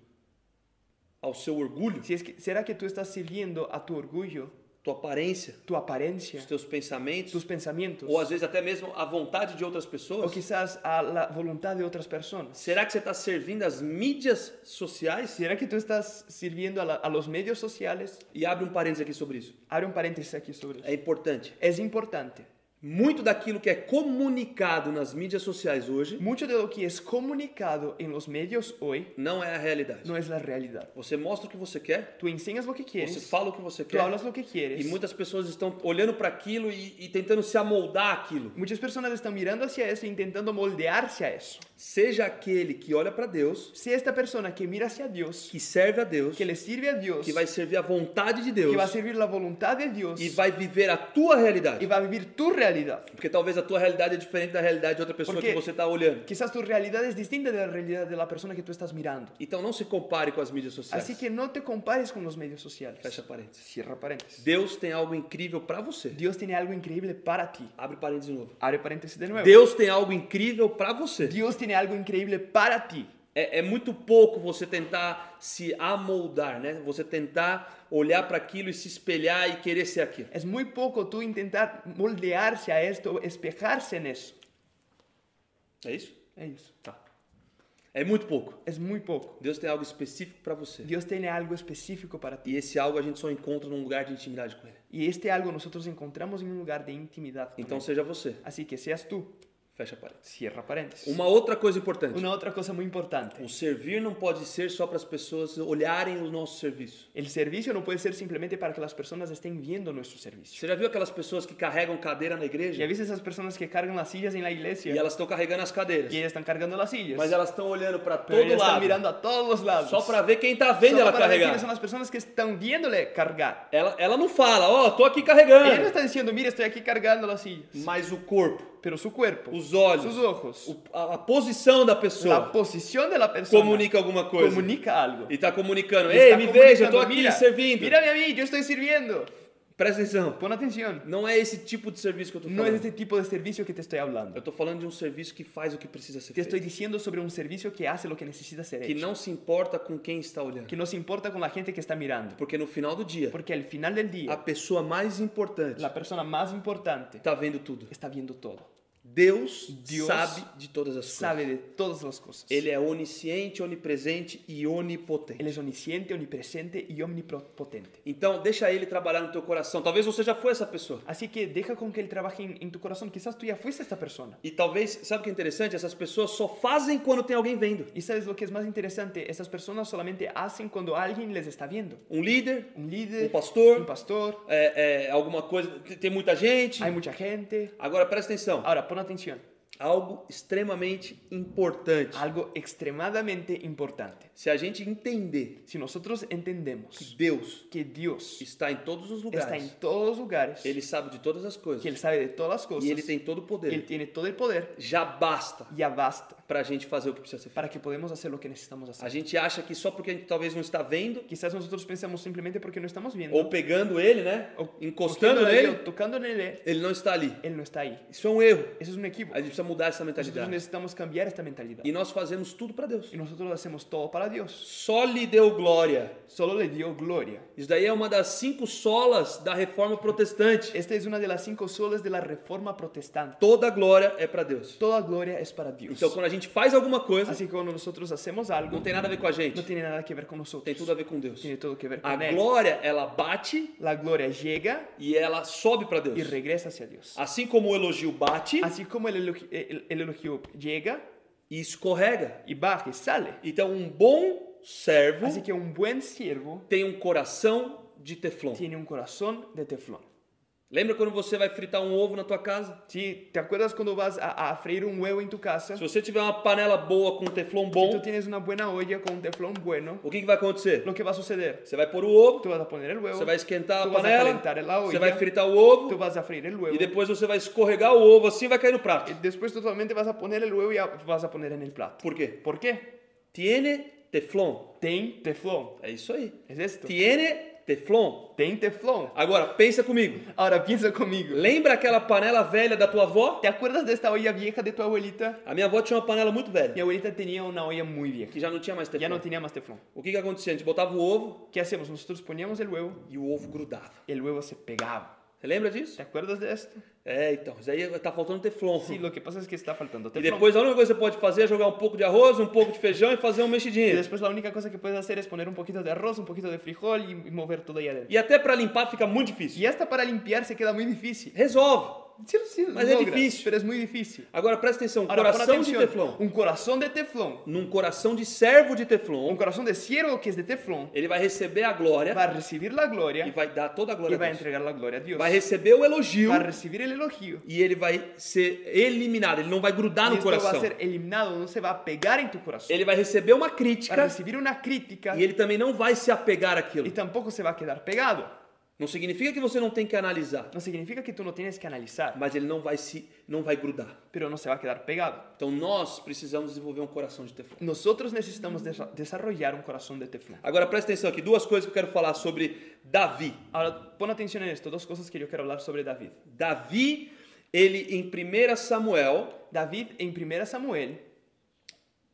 [SPEAKER 1] ao seu orgulho,
[SPEAKER 2] Si es que, ¿Será que tú estás sirviendo a tu orgullo,
[SPEAKER 1] tua aparência,
[SPEAKER 2] tu
[SPEAKER 1] os
[SPEAKER 2] apariencia,
[SPEAKER 1] teus
[SPEAKER 2] tus
[SPEAKER 1] pensamentos,
[SPEAKER 2] pensamientos?
[SPEAKER 1] ou às vezes até mesmo a vontade de outras
[SPEAKER 2] O
[SPEAKER 1] pessoas?
[SPEAKER 2] quizás a la voluntad de otras personas.
[SPEAKER 1] Será que você está servindo as mídias sociais?
[SPEAKER 2] ¿Será que tú estás sirviendo a, la- a los medios sociales?
[SPEAKER 1] E abre um parênteses aqui sobre isso.
[SPEAKER 2] Abre un paréntesis aquí sobre eso.
[SPEAKER 1] É importante.
[SPEAKER 2] Es importante.
[SPEAKER 1] Muito daquilo que é comunicado nas mídias sociais hoje
[SPEAKER 2] Mucho de lo que es comunicado en los medios hoy
[SPEAKER 1] não é a realidade.
[SPEAKER 2] no es la realidad.
[SPEAKER 1] Você mostra o que você quer,
[SPEAKER 2] Tú enseñas lo que
[SPEAKER 1] você
[SPEAKER 2] quieres,
[SPEAKER 1] fala o que você
[SPEAKER 2] tú
[SPEAKER 1] quer,
[SPEAKER 2] hablas lo que
[SPEAKER 1] e
[SPEAKER 2] quieres.
[SPEAKER 1] muitas pessoas estão olhando para aquilo e, e tentando se amoldar aquilo.
[SPEAKER 2] Muchas personas están mirando hacia eso e intentando moldearse a eso.
[SPEAKER 1] Seja aquele que olha para Deus,
[SPEAKER 2] Si esta persona que mira hacia Dios,
[SPEAKER 1] que serve a Deus,
[SPEAKER 2] que le sirve a Dios,
[SPEAKER 1] que vai servir a vontade de Deus
[SPEAKER 2] que va a servir la voluntad de Dios
[SPEAKER 1] e vai viver a tua
[SPEAKER 2] y
[SPEAKER 1] realidade.
[SPEAKER 2] va a vivir tu realidad.
[SPEAKER 1] Porque talvez a tua realidade é diferente da realidade de outra pessoa
[SPEAKER 2] Porque-
[SPEAKER 1] que você está olhando.
[SPEAKER 2] Quizás tu realidad es distinta de la realidad de la persona que tú estás mirando.
[SPEAKER 1] Então não se compare com as mídias sociais.
[SPEAKER 2] Así que no te compares con los medios sociales.
[SPEAKER 1] Fecha parênteses.
[SPEAKER 2] Cierra paréntesis.
[SPEAKER 1] Deus tem algo incrível para você.
[SPEAKER 2] Dios tiene algo increíble para ti.
[SPEAKER 1] Abre parênteses de novo.
[SPEAKER 2] Abre paréntesis de nuevo.
[SPEAKER 1] Deus tem algo incrível para você.
[SPEAKER 2] Dios tiene algo increíble para ti.
[SPEAKER 1] É, é muito pouco você tentar se amoldar, né? Você tentar olhar para aquilo e se espelhar e querer ser aquilo.
[SPEAKER 2] Es muy poco tú intentar moldearse a esto, espejarse en eso.
[SPEAKER 1] É isso?
[SPEAKER 2] Es eso.
[SPEAKER 1] Tá. É muito pouco.
[SPEAKER 2] Es muy poco.
[SPEAKER 1] Deus tem algo específico para você.
[SPEAKER 2] Dios tiene algo específico para ti.
[SPEAKER 1] E esse algo a gente só encontra num lugar de intimidade com Ele.
[SPEAKER 2] Y este algo nosotros encontramos en un lugar de intimidad. con
[SPEAKER 1] Então
[SPEAKER 2] Él.
[SPEAKER 1] seja você.
[SPEAKER 2] Así que seas tú.
[SPEAKER 1] Fecha parênteses.
[SPEAKER 2] Cierra paréntesis.
[SPEAKER 1] Uma outra coisa importante.
[SPEAKER 2] Una otra cosa muy importante.
[SPEAKER 1] O servir não pode ser só para as pessoas olharem o nosso serviço.
[SPEAKER 2] El servicio no puede ser simplemente para que las personas estén viendo nuestro servicio.
[SPEAKER 1] Você já viu aquelas pessoas que carregam cadeira na
[SPEAKER 2] Y a
[SPEAKER 1] igreja?
[SPEAKER 2] veces esas personas que cargan las sillas en la
[SPEAKER 1] E
[SPEAKER 2] iglesia
[SPEAKER 1] elas estão carregando as cadeiras.
[SPEAKER 2] y ellas están cargando las sillas.
[SPEAKER 1] Mas elas estão olhando para
[SPEAKER 2] pero
[SPEAKER 1] todo
[SPEAKER 2] ellas están
[SPEAKER 1] lado.
[SPEAKER 2] mirando a todos los lados.
[SPEAKER 1] Só para ver quem tá
[SPEAKER 2] Só
[SPEAKER 1] vendo ela
[SPEAKER 2] para ver quiénes
[SPEAKER 1] carregar.
[SPEAKER 2] son las personas que están viéndole cargar.
[SPEAKER 1] Ela, ela não fala, ó, tô aqui
[SPEAKER 2] Ella no
[SPEAKER 1] carregando.
[SPEAKER 2] está diciendo, mira, estoy aquí cargando las sillas.
[SPEAKER 1] Mas o corpo,
[SPEAKER 2] Pero su cuerpo,
[SPEAKER 1] os olhos,
[SPEAKER 2] sus ojos,
[SPEAKER 1] o- a, a posição da
[SPEAKER 2] la
[SPEAKER 1] pessoa
[SPEAKER 2] posición de la persona
[SPEAKER 1] comunica alguma coisa.
[SPEAKER 2] comunica algo.
[SPEAKER 1] E tá comunicando,
[SPEAKER 2] Está
[SPEAKER 1] ei, me veja, eu tô
[SPEAKER 2] comunicando,
[SPEAKER 1] aqui
[SPEAKER 2] mira,
[SPEAKER 1] servindo.
[SPEAKER 2] Mírame a mí, yo estoy sirviendo.
[SPEAKER 1] Presta atenção.
[SPEAKER 2] Pon atención.
[SPEAKER 1] Não é esse tipo de serviço que eu tô
[SPEAKER 2] No es
[SPEAKER 1] falando.
[SPEAKER 2] este tipo de servicio que te estoy hablando.
[SPEAKER 1] Eu tô falando de um serviço que faz o que precisa ser
[SPEAKER 2] Te estoy
[SPEAKER 1] feito.
[SPEAKER 2] diciendo sobre un servicio que hace lo que necesita ser
[SPEAKER 1] Que
[SPEAKER 2] hecho.
[SPEAKER 1] não se importa com quem está olhando.
[SPEAKER 2] Que no se importa con la gente que está mirando.
[SPEAKER 1] Porque no final do dia,
[SPEAKER 2] Porque al final del
[SPEAKER 1] a
[SPEAKER 2] día,
[SPEAKER 1] pessoa mais importante
[SPEAKER 2] la persona más importante
[SPEAKER 1] tá vendo tudo.
[SPEAKER 2] está viendo todo.
[SPEAKER 1] Deus,
[SPEAKER 2] Deus
[SPEAKER 1] sabe de todas as coisas.
[SPEAKER 2] Sabe de todas las cosas.
[SPEAKER 1] Ele é onisciente, onipresente e onipotente.
[SPEAKER 2] Él es omnisciente, omnipresente y omnipotente.
[SPEAKER 1] Então, deixa ele trabalhar no teu coração. Talvez você já foi essa pessoa.
[SPEAKER 2] Así que deja con que Él trabaje en, en tu corazón. Quizás tú ya fuiste esta persona.
[SPEAKER 1] E talvez, sabe o que é interessante? Essas pessoas só fazem quando tem alguém vendo.
[SPEAKER 2] Y sabes lo que es más interesante, esas personas solamente hacen cuando alguien les está viendo.
[SPEAKER 1] Um líder,
[SPEAKER 2] Un
[SPEAKER 1] um
[SPEAKER 2] líder, un
[SPEAKER 1] pastor,
[SPEAKER 2] pastor,
[SPEAKER 1] é, é, alguma coisa. tem- Tem muita gente.
[SPEAKER 2] hay mucha gente.
[SPEAKER 1] Agora, presta atenção.
[SPEAKER 2] Ahora, pon atención,
[SPEAKER 1] Algo extremamente importante.
[SPEAKER 2] algo extremadamente importante.
[SPEAKER 1] Se a gente entender
[SPEAKER 2] Si nosotros
[SPEAKER 1] que
[SPEAKER 2] entendemos
[SPEAKER 1] Deus
[SPEAKER 2] que Dios
[SPEAKER 1] está em todos os
[SPEAKER 2] está
[SPEAKER 1] lugares,
[SPEAKER 2] en todos los lugares,
[SPEAKER 1] Ele sabe de todas as coisas
[SPEAKER 2] que Él sabe de todas las
[SPEAKER 1] e Ele
[SPEAKER 2] cosas,
[SPEAKER 1] tem todo o
[SPEAKER 2] Él
[SPEAKER 1] poder,
[SPEAKER 2] tiene todo el poder,
[SPEAKER 1] já basta
[SPEAKER 2] ya basta
[SPEAKER 1] para a gente fazer o que precisa ser feito.
[SPEAKER 2] para que podamos hacer lo que necesitamos
[SPEAKER 1] A
[SPEAKER 2] hacer.
[SPEAKER 1] gente acha que só porque a gente talvez não está vendo
[SPEAKER 2] Quizás nosotros pensamos simplemente porque no estamos viendo,
[SPEAKER 1] ou pegando ele, né?
[SPEAKER 2] o-
[SPEAKER 1] Encostando
[SPEAKER 2] cogiendo de él,
[SPEAKER 1] nele,
[SPEAKER 2] o tocando en él,
[SPEAKER 1] ele não está ali.
[SPEAKER 2] Él no está ahí.
[SPEAKER 1] Isso é um erro.
[SPEAKER 2] Eso es un equipo.
[SPEAKER 1] A gente precisa mudar essa
[SPEAKER 2] Nosotros
[SPEAKER 1] mentalidade.
[SPEAKER 2] necesitamos cambiar esta mentalidad.
[SPEAKER 1] E nós fazemos tudo para Deus.
[SPEAKER 2] Y nosotros hacemos todo para Dios.
[SPEAKER 1] Só lhe deu glória.
[SPEAKER 2] Solo le dio gloria.
[SPEAKER 1] Isso daí é uma das cinco solas da reforma protestante.
[SPEAKER 2] Esta es una de las cinco solas de la reforma protestante.
[SPEAKER 1] Toda glória é para Deus.
[SPEAKER 2] Toda gloria es para Dios.
[SPEAKER 1] Então, quando a gente faz alguma coisa,
[SPEAKER 2] Así que cuando nosotros hacemos
[SPEAKER 1] não
[SPEAKER 2] algo,
[SPEAKER 1] tem nada a ver com a gente.
[SPEAKER 2] no tiene nada que ver con nosotros.
[SPEAKER 1] Tem tudo a ver com Deus.
[SPEAKER 2] Tiene todo que ver
[SPEAKER 1] A
[SPEAKER 2] con Él.
[SPEAKER 1] glória, ela bate
[SPEAKER 2] La gloria llega
[SPEAKER 1] e ela sobe para
[SPEAKER 2] y
[SPEAKER 1] Deus.
[SPEAKER 2] regresa hacia Dios.
[SPEAKER 1] Assim como o elogio bate
[SPEAKER 2] Así como el elogio, el- el elogio llega
[SPEAKER 1] e escorrega.
[SPEAKER 2] y baja y sale.
[SPEAKER 1] Então, um bom servo
[SPEAKER 2] Así que un buen siervo
[SPEAKER 1] tem um coração de teflon.
[SPEAKER 2] tiene un corazón de teflón.
[SPEAKER 1] Lembra quando você vai fritar um ovo na tua casa?
[SPEAKER 2] Si te acuerdas cuando vas a, a freír un huevo en tu casa,
[SPEAKER 1] Se você tiver uma panela boa com teflon
[SPEAKER 2] si tú
[SPEAKER 1] bom,
[SPEAKER 2] tienes una buena olla con un teflón bueno,
[SPEAKER 1] o que, que vai acontecer?
[SPEAKER 2] lo que va a suceder
[SPEAKER 1] Você vai pôr o ovo,
[SPEAKER 2] Tú vas a poner el huevo.
[SPEAKER 1] você vai esquentar
[SPEAKER 2] tú
[SPEAKER 1] a
[SPEAKER 2] Então, vas a
[SPEAKER 1] panela,
[SPEAKER 2] calentar la
[SPEAKER 1] você
[SPEAKER 2] olla.
[SPEAKER 1] vai fritar o
[SPEAKER 2] Tú
[SPEAKER 1] ovo
[SPEAKER 2] vas a freír el huevo.
[SPEAKER 1] e depois você vai escorregar o ovo assim e vai cair no
[SPEAKER 2] y
[SPEAKER 1] prato.
[SPEAKER 2] después tú solamente vas a poner el huevo y a- vas a poner en el plato.
[SPEAKER 1] Por quê?
[SPEAKER 2] ¿Por qué?
[SPEAKER 1] Tiene teflon.
[SPEAKER 2] Ten teflón.
[SPEAKER 1] É isso aí.
[SPEAKER 2] Es esto.
[SPEAKER 1] Tiene teflon.
[SPEAKER 2] Ten teflón.
[SPEAKER 1] Agora, pensa comigo.
[SPEAKER 2] Ahora piensa conmigo.
[SPEAKER 1] Lembra aquela panela velha da tua avó?
[SPEAKER 2] ¿Te acuerdas de esta olla vieja de tu abuelita?
[SPEAKER 1] A minha avó tinha uma panela muito
[SPEAKER 2] Mi
[SPEAKER 1] velha,
[SPEAKER 2] abuelita tenía una olla muy vieja.
[SPEAKER 1] que já não tinha mais
[SPEAKER 2] Ya
[SPEAKER 1] teflon.
[SPEAKER 2] no tenía más teflón.
[SPEAKER 1] O que, que acontecia? A gente botava o ovo
[SPEAKER 2] ¿Qué hacemos? Nosotros poníamos el huevo
[SPEAKER 1] e o ovo grudava.
[SPEAKER 2] y el huevo se pegaba.
[SPEAKER 1] Você lembra disso?
[SPEAKER 2] ¿Te acuerdas de esto?
[SPEAKER 1] É, então, isso aí tá faltando teflon.
[SPEAKER 2] Sí, lo que pasa es que está faltando
[SPEAKER 1] E
[SPEAKER 2] teflón.
[SPEAKER 1] depois a única coisa que você pode fazer é jogar um pouco de arroz, um pouco de feijão e fazer um
[SPEAKER 2] Y
[SPEAKER 1] mexidinho.
[SPEAKER 2] después la única cosa que puedes hacer es poner un poquito de arroz, un poquito de frijol y mover todo ahí adentro.
[SPEAKER 1] E até para limpar fica muito difícil.
[SPEAKER 2] Y hasta para limpiar se queda muy difícil.
[SPEAKER 1] Resolve.
[SPEAKER 2] Sí, sí,
[SPEAKER 1] Mas é
[SPEAKER 2] logras,
[SPEAKER 1] difícil.
[SPEAKER 2] Pero es muy difícil.
[SPEAKER 1] Agora presta atenção, um
[SPEAKER 2] Ahora, pon
[SPEAKER 1] coração de
[SPEAKER 2] atención,
[SPEAKER 1] Teflon.
[SPEAKER 2] Un corazón de teflón.
[SPEAKER 1] Num coração de servo de
[SPEAKER 2] Un
[SPEAKER 1] Teflon,
[SPEAKER 2] corazón de siervo que es de teflón.
[SPEAKER 1] ele Um vai receber a glória
[SPEAKER 2] Va a recibir la gloria
[SPEAKER 1] e vai dar toda a
[SPEAKER 2] y
[SPEAKER 1] glória
[SPEAKER 2] va
[SPEAKER 1] a
[SPEAKER 2] a
[SPEAKER 1] Deus.
[SPEAKER 2] entregar la gloria a Dios.
[SPEAKER 1] Vai receber o elogio
[SPEAKER 2] Va a recibir el elogio.
[SPEAKER 1] e ele vai ser eliminado, ele não vai grudar
[SPEAKER 2] Y
[SPEAKER 1] no
[SPEAKER 2] esto va a
[SPEAKER 1] coração.
[SPEAKER 2] ser eliminado, no se va a pegar en tu corazón.
[SPEAKER 1] Ele vai receber Então uma
[SPEAKER 2] Va a
[SPEAKER 1] crítica
[SPEAKER 2] recibir una crítica
[SPEAKER 1] e ele também não vai se apegar àquilo.
[SPEAKER 2] y tampoco se va a quedar pegado.
[SPEAKER 1] Não significa que você não tem que analisar,
[SPEAKER 2] No significa que tú no tienes que analizar,
[SPEAKER 1] mas ele não vai se não vai grudar.
[SPEAKER 2] pero no se va a quedar pegado.
[SPEAKER 1] Então nós precisamos desenvolver um coração de teflon.
[SPEAKER 2] Nosotros necesitamos desa- desarrollar un corazón de teflón.
[SPEAKER 1] Agora presta atenção aqui, duas coisas que eu quero falar sobre Davi.
[SPEAKER 2] Ahora, pon atención en esto, dos cosas que yo quiero hablar sobre David.
[SPEAKER 1] Davi, ele em 1 Samuel
[SPEAKER 2] David en 1 Samuel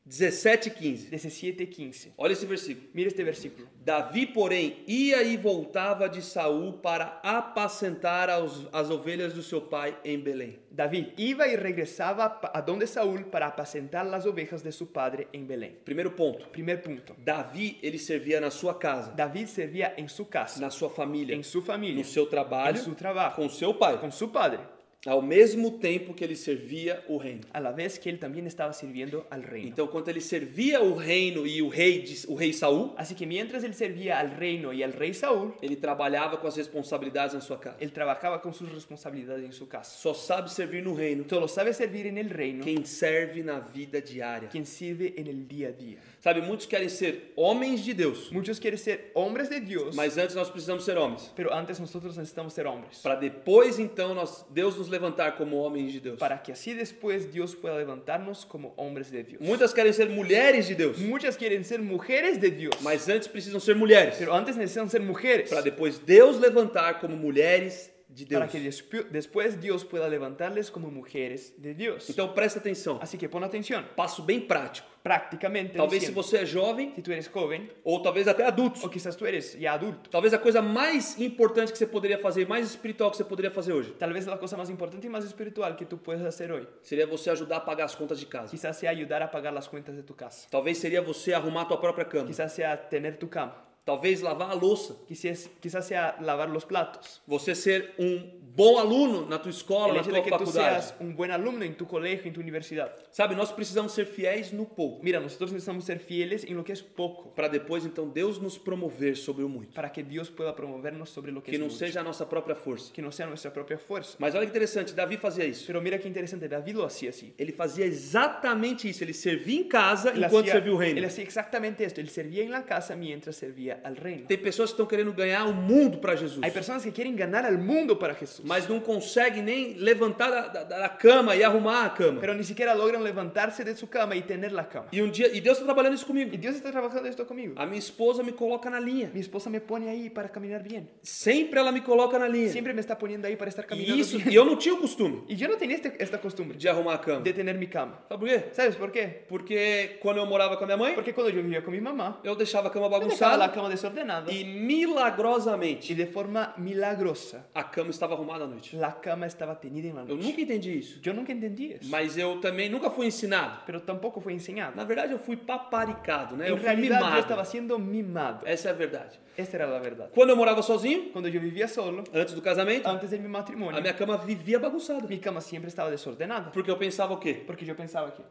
[SPEAKER 1] 17:15.
[SPEAKER 2] 17:15.
[SPEAKER 1] Olha esse versículo.
[SPEAKER 2] Mira este versículo.
[SPEAKER 1] Davi, porém, ia e voltava de Saul para apacentar aos- as ovelhas do seu pai em Belém.
[SPEAKER 2] David iba y regresaba pa- a donde Saúl para apacentar las ovejas de su padre en Belén.
[SPEAKER 1] Primeiro ponto.
[SPEAKER 2] Primer punto.
[SPEAKER 1] Davi, ele servia na sua casa,
[SPEAKER 2] David servía en su casa,
[SPEAKER 1] na sua família,
[SPEAKER 2] en su familia,
[SPEAKER 1] no seu
[SPEAKER 2] en
[SPEAKER 1] trabalho,
[SPEAKER 2] su trabajo,
[SPEAKER 1] com seu pai,
[SPEAKER 2] con su padre,
[SPEAKER 1] ao mesmo tempo que ele servia o reino.
[SPEAKER 2] a la vez que él también estaba sirviendo al reino.
[SPEAKER 1] Então, quando ele servia o reino e o rei, de- o rei Saul,
[SPEAKER 2] Así que mientras él servía al reino y al rey Saúl,
[SPEAKER 1] ele trabalhava com as responsabilidades na sua casa.
[SPEAKER 2] él trabajaba con sus responsabilidades en su casa.
[SPEAKER 1] Só sabe servir no reino
[SPEAKER 2] Solo sabe servir en el reino
[SPEAKER 1] quem serve na vida diária.
[SPEAKER 2] quien sirve en el día a día.
[SPEAKER 1] Sabe, muitos querem ser homens de Deus,
[SPEAKER 2] Muchos quieren ser hombres de Dios,
[SPEAKER 1] mas antes nós precisamos ser homens.
[SPEAKER 2] pero antes nosotros necesitamos ser hombres.
[SPEAKER 1] Para depois, então, nós, Deus nos levantar como homens de Deus.
[SPEAKER 2] para que así después Dios pueda levantarnos como hombres de Dios.
[SPEAKER 1] Muitas querem ser mulheres de Deus,
[SPEAKER 2] Muchas quieren ser mujeres de Dios,
[SPEAKER 1] mas antes precisam ser mulheres.
[SPEAKER 2] pero antes necesitan ser mujeres
[SPEAKER 1] para depois Deus levantar como mulheres de Deus.
[SPEAKER 2] para que despu- después Dios pueda levantarles como mujeres de Dios.
[SPEAKER 1] Então presta atenção.
[SPEAKER 2] Así que pon atención.
[SPEAKER 1] Passo bem prático.
[SPEAKER 2] Prácticamente,
[SPEAKER 1] Talvez se
[SPEAKER 2] diciendo,
[SPEAKER 1] você é jovem
[SPEAKER 2] si tú eres joven
[SPEAKER 1] ou talvez até adulto.
[SPEAKER 2] o quizás tú eres ya adulto,
[SPEAKER 1] Talvez a coisa mais importante que você poderia fazer, mais espiritual que você poderia fazer hoje,
[SPEAKER 2] tal vez la cosa más importante y más espiritual que tú puedes hacer hoy,
[SPEAKER 1] seria você ajudar a pagar as contas de casa.
[SPEAKER 2] quizás sea ayudar a pagar las cuentas de tu casa,
[SPEAKER 1] Talvez seria você arrumar a tua própria cama.
[SPEAKER 2] quizás sea tener tu cama,
[SPEAKER 1] Talvez lavar a louça.
[SPEAKER 2] quizás, quizás sea lavar los platos,
[SPEAKER 1] Você ser um bom aluno na tua escola,
[SPEAKER 2] el
[SPEAKER 1] na
[SPEAKER 2] hecho de
[SPEAKER 1] tua
[SPEAKER 2] que tú
[SPEAKER 1] faculdade.
[SPEAKER 2] seas un buen alumno en tu colegio, en tu universidad.
[SPEAKER 1] Sabe, nós precisamos ser fiéis no pouco,
[SPEAKER 2] Mira, nosotros necesitamos ser fieles en lo que es poco
[SPEAKER 1] para depois então Deus nos promover sobre o muito.
[SPEAKER 2] para que Dios pueda promovernos sobre lo que,
[SPEAKER 1] Que
[SPEAKER 2] es
[SPEAKER 1] não
[SPEAKER 2] mucho,
[SPEAKER 1] seja a nossa própria força.
[SPEAKER 2] que no sea nuestra propia fuerza.
[SPEAKER 1] Mas olha que interessante, Davi fazia isso.
[SPEAKER 2] Pero mira qué interesante, David lo hacía así.
[SPEAKER 1] Ele fazia exatamente isso. Ele servia em casa
[SPEAKER 2] Él
[SPEAKER 1] enquanto
[SPEAKER 2] hacía-
[SPEAKER 1] servia o
[SPEAKER 2] él
[SPEAKER 1] reino.
[SPEAKER 2] hacía exactamente esto, él servía en la casa mientras servía al reino.
[SPEAKER 1] Tem pessoas que estão querendo ganhar o mundo para Jesus,
[SPEAKER 2] Hay personas que quieren ganar al mundo para Jesús,
[SPEAKER 1] mas não conseguem nem levantar da, da- da cama e arrumar a cama.
[SPEAKER 2] pero ni siquiera logran levantarse de su cama y tener la cama.
[SPEAKER 1] E um dia, e Deus está trabalhando isso
[SPEAKER 2] Y
[SPEAKER 1] comigo.
[SPEAKER 2] Dios está trabajando esto conmigo.
[SPEAKER 1] A minha esposa me coloca na linha.
[SPEAKER 2] Mi esposa me pone ahí para caminar bien.
[SPEAKER 1] Sempre ela me coloca na linha.
[SPEAKER 2] Siempre me está poniendo ahí para estar
[SPEAKER 1] E
[SPEAKER 2] caminando
[SPEAKER 1] isso,
[SPEAKER 2] bien.
[SPEAKER 1] e eu não tinha o costume
[SPEAKER 2] Y yo no tenía este- esta costumbre
[SPEAKER 1] de arrumar a cama.
[SPEAKER 2] de tener mi cama.
[SPEAKER 1] Sabe por quê?
[SPEAKER 2] ¿Sabes por qué?
[SPEAKER 1] Porque quando eu morava com a minha mãe,
[SPEAKER 2] Porque cuando yo vivía con mi mamá,
[SPEAKER 1] eu deixava a cama
[SPEAKER 2] Yo dejaba la
[SPEAKER 1] bagunçada
[SPEAKER 2] cama desordenada y,
[SPEAKER 1] e milagrosamente
[SPEAKER 2] de forma milagrosa
[SPEAKER 1] a cama estava arrumada à noite.
[SPEAKER 2] la cama estaba tenida en la
[SPEAKER 1] Eu
[SPEAKER 2] noche.
[SPEAKER 1] nunca entendi isso.
[SPEAKER 2] Yo nunca entendí eso,
[SPEAKER 1] Mas eu também nunca fui ensinado.
[SPEAKER 2] pero tampoco fue enseñada.
[SPEAKER 1] Na verdade, eu fui paparicado, né? Eu
[SPEAKER 2] En
[SPEAKER 1] fui
[SPEAKER 2] realidad yo
[SPEAKER 1] mimado.
[SPEAKER 2] estaba siendo mimado.
[SPEAKER 1] Essa é a verdade.
[SPEAKER 2] Esta era la verdad.
[SPEAKER 1] Quando eu morava sozinho,
[SPEAKER 2] Cuando yo vivía solo,
[SPEAKER 1] antes do casamento,
[SPEAKER 2] antes de mi
[SPEAKER 1] a
[SPEAKER 2] matrimonio,
[SPEAKER 1] minha cama vivia bagunçada.
[SPEAKER 2] mi cama siempre estaba desordenada.
[SPEAKER 1] Porque eu pensava o quê?
[SPEAKER 2] Porque yo pensaba que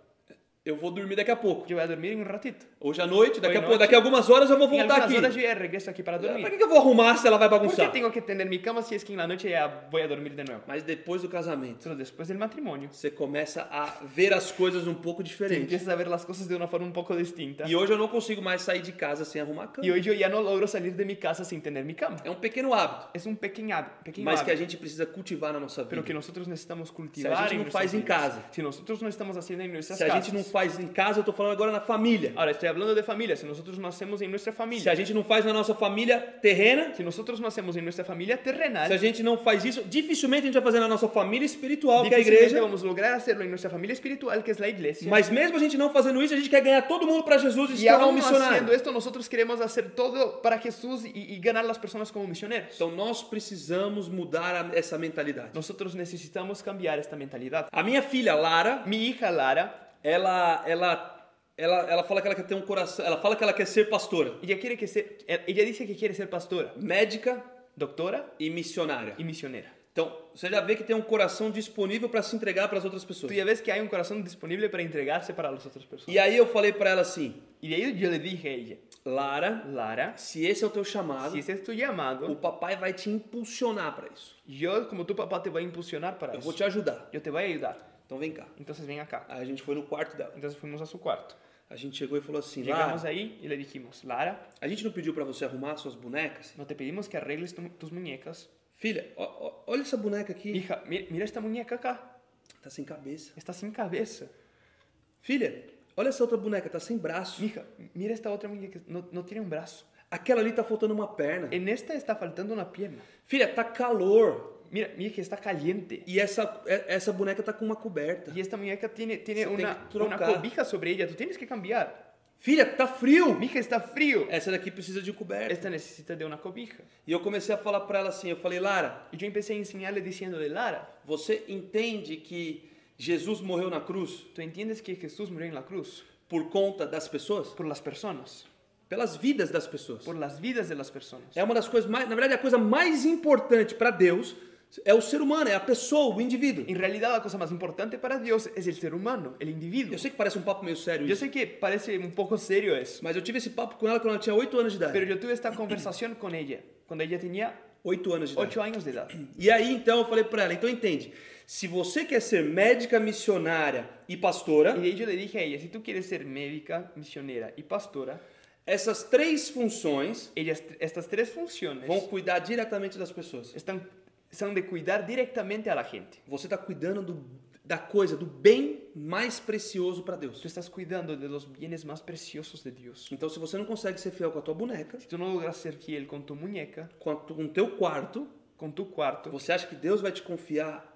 [SPEAKER 1] Eu vou dormir daqui a pouco.
[SPEAKER 2] yo voy a dormir en un ratito.
[SPEAKER 1] Hoje à noite, daqui a
[SPEAKER 2] Hoje à
[SPEAKER 1] pouco,
[SPEAKER 2] noite.
[SPEAKER 1] daqui a algumas horas eu vou
[SPEAKER 2] En
[SPEAKER 1] voltar
[SPEAKER 2] algunas
[SPEAKER 1] aqui.
[SPEAKER 2] horas yo ya regreso aquí para
[SPEAKER 1] Pra
[SPEAKER 2] dormir.
[SPEAKER 1] que que eu vou arrumar se ela vai
[SPEAKER 2] ¿Por qué
[SPEAKER 1] bagunçar?
[SPEAKER 2] tengo que tener mi cama si es que en la noche ya voy a dormir de nuevo?
[SPEAKER 1] Mas depois do casamento,
[SPEAKER 2] Pero después del matrimonio,
[SPEAKER 1] você começa a ver as coisas um pouco
[SPEAKER 2] te
[SPEAKER 1] diferente.
[SPEAKER 2] empiezas a ver las cosas de una forma un poco distinta.
[SPEAKER 1] E hoje eu não consigo mais sair de casa sem arrumar a
[SPEAKER 2] Y
[SPEAKER 1] cama.
[SPEAKER 2] hoy yo ya no logro salir de mi casa sin tener mi cama.
[SPEAKER 1] É um pequeno hábito,
[SPEAKER 2] Es un pequeño, hábi- pequeño
[SPEAKER 1] mas que a
[SPEAKER 2] hábito,
[SPEAKER 1] gente precisa cultivar na nossa
[SPEAKER 2] pero que
[SPEAKER 1] vida.
[SPEAKER 2] nosotros necesitamos
[SPEAKER 1] Si a
[SPEAKER 2] cultivar.
[SPEAKER 1] gente no
[SPEAKER 2] en nuestras
[SPEAKER 1] faz en
[SPEAKER 2] vidas.
[SPEAKER 1] casa.
[SPEAKER 2] Si nosotros no estamos haciendo en nuestras
[SPEAKER 1] Se a gente
[SPEAKER 2] casas.
[SPEAKER 1] não faz em casa, eu tô falando agora na família.
[SPEAKER 2] Ahora estoy hablando de familia. Si nosotros no hacemos en nuestra
[SPEAKER 1] Se a
[SPEAKER 2] familia.
[SPEAKER 1] gente não faz na nossa família terrena,
[SPEAKER 2] Si nosotros no hacemos en nuestra familia
[SPEAKER 1] se a
[SPEAKER 2] terrenal.
[SPEAKER 1] gente não faz isso, dificilmente a gente vai fazer na nossa família espiritual, que é a
[SPEAKER 2] difícilmente
[SPEAKER 1] igreja.
[SPEAKER 2] vamos a lograr hacerlo en nuestra familia espiritual, que es la iglesia.
[SPEAKER 1] Mas mesmo a gente não fazendo isso, a gente quer ganhar todo mundo para Jesus e se
[SPEAKER 2] Y
[SPEAKER 1] tornar um
[SPEAKER 2] aún no haciendo
[SPEAKER 1] missionário.
[SPEAKER 2] esto, nosotros queremos hacer todo para Jesús y, y ganar las personas como misioneros.
[SPEAKER 1] Então nós precisamos mudar a- essa mentalidade.
[SPEAKER 2] Nosotros necesitamos cambiar esta mentalidad.
[SPEAKER 1] A minha filha Lara,
[SPEAKER 2] Mi hija Lara,
[SPEAKER 1] ela ela ela ela fala que ela quer ter um coração, ela fala que ela quer ser pastora,
[SPEAKER 2] ella, quiere que se, ella dice que quiere ser pastora,
[SPEAKER 1] médica
[SPEAKER 2] doctora
[SPEAKER 1] e missionária.
[SPEAKER 2] y misionera.
[SPEAKER 1] Então, você já vê que tem um coração disponível para se entregar para as outras
[SPEAKER 2] Tú
[SPEAKER 1] pessoas.
[SPEAKER 2] ya ves que hay un corazón disponible para entregarse para las otras personas.
[SPEAKER 1] E aí eu falei para ela assim:
[SPEAKER 2] Y de ahí yo le dije a ella,
[SPEAKER 1] Lara,
[SPEAKER 2] Lara,
[SPEAKER 1] se esse é o teu chamado,
[SPEAKER 2] si ese es tu
[SPEAKER 1] o
[SPEAKER 2] llamado,
[SPEAKER 1] papai vai te impulsionar para isso.
[SPEAKER 2] yo como tu papá te voy a impulsionar para
[SPEAKER 1] Eu vou
[SPEAKER 2] eso.
[SPEAKER 1] te ajudar.
[SPEAKER 2] Yo te voy a ayudar.
[SPEAKER 1] Então vem cá.
[SPEAKER 2] Entonces ven acá.
[SPEAKER 1] Aí a gente foi no quarto dela.
[SPEAKER 2] Entonces fuimos a su cuarto.
[SPEAKER 1] A gente chegou e falou assim:
[SPEAKER 2] Llegamos
[SPEAKER 1] Lara,
[SPEAKER 2] ahí y le dijimos, Lara,
[SPEAKER 1] a gente não pediu para você arrumar suas bonecas?
[SPEAKER 2] no te pedimos que arregles tu- tus muñecas.
[SPEAKER 1] Filha, ó- ó- olha essa boneca aqui.
[SPEAKER 2] Hija, mi- mira esta muñeca acá,
[SPEAKER 1] Tá sem cabeça.
[SPEAKER 2] está sin cabeza.
[SPEAKER 1] Filha, olha essa outra boneca, tá sem braço.
[SPEAKER 2] Mija, mira esta otra muñeca, no, no tiene un brazo.
[SPEAKER 1] Aquela ali tá faltando uma perna.
[SPEAKER 2] En esta está faltando una pierna.
[SPEAKER 1] Filha, tá calor.
[SPEAKER 2] Mira, mira que está caliente.
[SPEAKER 1] E essa, é- essa boneca tá com uma coberta.
[SPEAKER 2] Y esta muñeca tiene, tiene
[SPEAKER 1] Se tiene
[SPEAKER 2] una,
[SPEAKER 1] que
[SPEAKER 2] una
[SPEAKER 1] trocar.
[SPEAKER 2] cobija sobre ella. Tú tienes que cambiar.
[SPEAKER 1] Filha, tá frio.
[SPEAKER 2] Mija, está frío.
[SPEAKER 1] Essa daqui precisa de coberta.
[SPEAKER 2] Esta necesita de una cobija.
[SPEAKER 1] E eu comecei a falar pra ela assim, eu falei, Lara,
[SPEAKER 2] Y yo empecé a enseñarle diciéndole, Lara,
[SPEAKER 1] você entende que Jesus morreu na cruz
[SPEAKER 2] ¿tú entiendes que Jesús murió en la cruz
[SPEAKER 1] por conta das pessoas?
[SPEAKER 2] por las personas?
[SPEAKER 1] Pelas vidas das pessoas.
[SPEAKER 2] Por las vidas de las personas.
[SPEAKER 1] É uma das coisas mais, na verdade, a coisa mais importante pra Deus é o ser humano, é a pessoa, o indivíduo.
[SPEAKER 2] En realidad, la cosa más importante para Dios es el ser humano, el individuo.
[SPEAKER 1] Eu sei que parece um papo meio sério
[SPEAKER 2] Yo
[SPEAKER 1] isso,
[SPEAKER 2] sé que parece un poco serio eso,
[SPEAKER 1] mas eu tive esse papo com ela quando ela tinha 8 anos de
[SPEAKER 2] pero
[SPEAKER 1] idade.
[SPEAKER 2] yo tuve esta conversación con ella cuando ella tenía
[SPEAKER 1] 8 anos de idade.
[SPEAKER 2] 8 años de edad.
[SPEAKER 1] E aí, então, eu falei pra ela, então entende, se você quer ser médica, missionária e pastora,
[SPEAKER 2] Y de ahí yo le dije a ella, si tú quieres ser médica, misionera y pastora,
[SPEAKER 1] essas três funções
[SPEAKER 2] ellas, estas tres
[SPEAKER 1] vão
[SPEAKER 2] funciones
[SPEAKER 1] cuidar diretamente das pessoas.
[SPEAKER 2] están, son de cuidar directamente a la gente.
[SPEAKER 1] Você está cuidando do- da coisa, do bem mais precioso para Deus.
[SPEAKER 2] Tú estás cuidando de los bienes más preciosos de Dios.
[SPEAKER 1] Então, se você não consegue ser fiel com a tua boneca,
[SPEAKER 2] Si tú no logras ser fiel con tu muñeca,
[SPEAKER 1] com a tu- com o teu quarto,
[SPEAKER 2] con tu cuarto,
[SPEAKER 1] você acha que Deus vai te confiar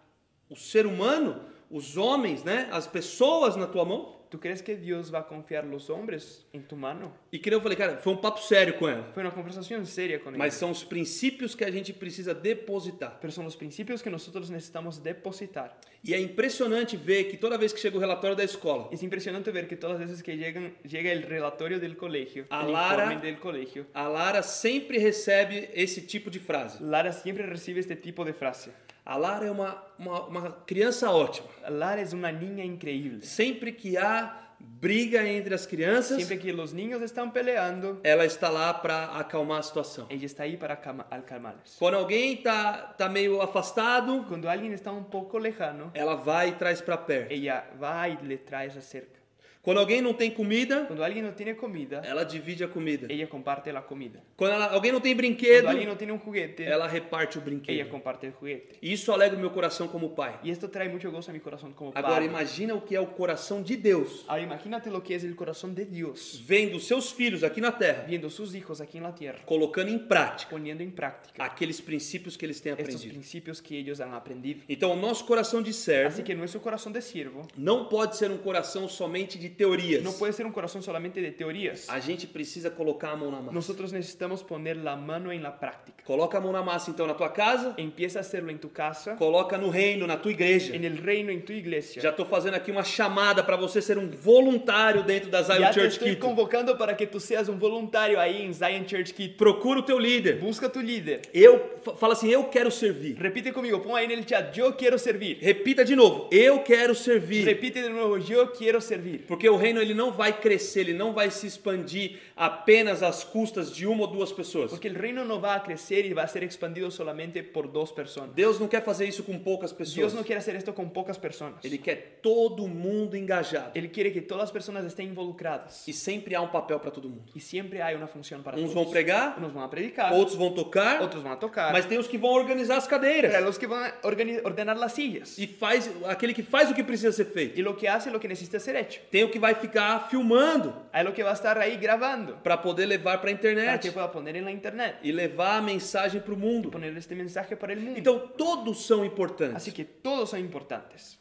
[SPEAKER 1] o ser humano, os homens, né, as pessoas na tua mão?
[SPEAKER 2] ¿tú crees que Dios va a confiar los hombres en tu mano?
[SPEAKER 1] E que nem eu falei, cara, foi um papo sério com ela.
[SPEAKER 2] Fue una conversación seria con ella.
[SPEAKER 1] Mas são os princípios que a gente precisa depositar.
[SPEAKER 2] Pero son los principios que nosotros necesitamos depositar.
[SPEAKER 1] E é impressionante ver que toda vez que chega o relatório da escola,
[SPEAKER 2] Es impresionante ver que todas las veces que llegan, llega el relatorio del colegio, el
[SPEAKER 1] Alara.
[SPEAKER 2] informe del colegio,
[SPEAKER 1] a Lara sempre recebe ese tipo de frase.
[SPEAKER 2] Lara siempre recibe este tipo de frase.
[SPEAKER 1] A Lara é uma, uma, uma criança ótima.
[SPEAKER 2] Lara es una niña increíble.
[SPEAKER 1] Sempre que há briga entre as crianças,
[SPEAKER 2] Siempre que los niños están peleando,
[SPEAKER 1] ela está lá para acalmar a situação.
[SPEAKER 2] ella está ahí para calma- al calmarlos.
[SPEAKER 1] Quando alguém tá, tá meio afastado,
[SPEAKER 2] Cuando alguien está un poco lejano,
[SPEAKER 1] ela vai e traz para perto.
[SPEAKER 2] ella va y le trae cerca.
[SPEAKER 1] Quando alguém não tem comida,
[SPEAKER 2] Cuando alguien no tiene comida,
[SPEAKER 1] ela divide a comida.
[SPEAKER 2] ella comparte la comida.
[SPEAKER 1] Quando ela- alguém não tem brinquedo,
[SPEAKER 2] Cuando alguien no tiene un juguete,
[SPEAKER 1] ela reparte o
[SPEAKER 2] ella
[SPEAKER 1] brinquedo.
[SPEAKER 2] comparte el juguete.
[SPEAKER 1] Isso alegra o meu coração como pai.
[SPEAKER 2] Y esto trae mucho gozo a mi corazón como
[SPEAKER 1] Agora
[SPEAKER 2] padre.
[SPEAKER 1] imagina o que é o coração de Deus
[SPEAKER 2] Ahora imagínate lo que es el corazón de Dios
[SPEAKER 1] vendo os seus filhos aqui na terra
[SPEAKER 2] viendo sus hijos aquí en la tierra,
[SPEAKER 1] colocando em prática
[SPEAKER 2] poniendo en práctica
[SPEAKER 1] aqueles princípios que eles têm
[SPEAKER 2] estos
[SPEAKER 1] aprendido.
[SPEAKER 2] principios que ellos han aprendido.
[SPEAKER 1] Então, o nosso coração de servo
[SPEAKER 2] Así Assim que nuestro corazón de siervo
[SPEAKER 1] não pode ser um coração somente de teorias.
[SPEAKER 2] no puede ser un corazón solamente de teorías.
[SPEAKER 1] A gente precisa colocar a mão na massa.
[SPEAKER 2] Nosotros necesitamos poner la mano en la práctica.
[SPEAKER 1] Coloca a mão na massa então na tua casa,
[SPEAKER 2] Empieza a hacerlo en tu casa,
[SPEAKER 1] coloca no reino, na tua igreja.
[SPEAKER 2] en el reino, en tu
[SPEAKER 1] Já
[SPEAKER 2] iglesia.
[SPEAKER 1] estou fazendo aqui uma chamada para você ser um voluntário dentro da Zion
[SPEAKER 2] Ya te
[SPEAKER 1] Church
[SPEAKER 2] estoy
[SPEAKER 1] Quito.
[SPEAKER 2] convocando para que tú seas un voluntario ahí en Zion Church Kit.
[SPEAKER 1] Procura o teu líder.
[SPEAKER 2] Busca tu líder.
[SPEAKER 1] Eu fa- fala assim, eu quero servir.
[SPEAKER 2] Repite conmigo, pon ahí en el chat, yo quiero servir.
[SPEAKER 1] Repita de novo, eu quero servir.
[SPEAKER 2] Repite de nuevo, yo quiero servir.
[SPEAKER 1] Porque o reino ele não vai crescer, ele não vai se expandir apenas às custas de uma ou duas pessoas.
[SPEAKER 2] Porque el reino no va a crecer y va a ser expandido solamente por dos personas.
[SPEAKER 1] Deus não quer fazer isso com poucas
[SPEAKER 2] Dios
[SPEAKER 1] pessoas.
[SPEAKER 2] no quiere hacer esto con pocas personas.
[SPEAKER 1] Ele quer todo mundo engajado.
[SPEAKER 2] Él quiere que todas las personas estén involucradas.
[SPEAKER 1] E sempre há um papel para todo mundo.
[SPEAKER 2] Y siempre hay una función para
[SPEAKER 1] Uns vão
[SPEAKER 2] todos.
[SPEAKER 1] pregar,
[SPEAKER 2] Unos van a predicar,
[SPEAKER 1] outros vão tocar,
[SPEAKER 2] otros van a tocar. É,
[SPEAKER 1] mas tem os que vão organizar as
[SPEAKER 2] Para
[SPEAKER 1] cadeiras.
[SPEAKER 2] los que van a organi- ordenar las sillas.
[SPEAKER 1] E faz aquele que faz o que precisa ser feito.
[SPEAKER 2] Y lo que hace, lo que necesita ser hecho.
[SPEAKER 1] Tem o que vai ficar filmando
[SPEAKER 2] Hay lo que va a estar ahí grabando.
[SPEAKER 1] para poder levar para a
[SPEAKER 2] Para que
[SPEAKER 1] internet
[SPEAKER 2] pueda poner en la internet.
[SPEAKER 1] e levar a mensagem para o
[SPEAKER 2] Y
[SPEAKER 1] mundo.
[SPEAKER 2] poner este mensaje para el mundo.
[SPEAKER 1] Então todos são
[SPEAKER 2] Así
[SPEAKER 1] importantes.
[SPEAKER 2] que todos son importantes.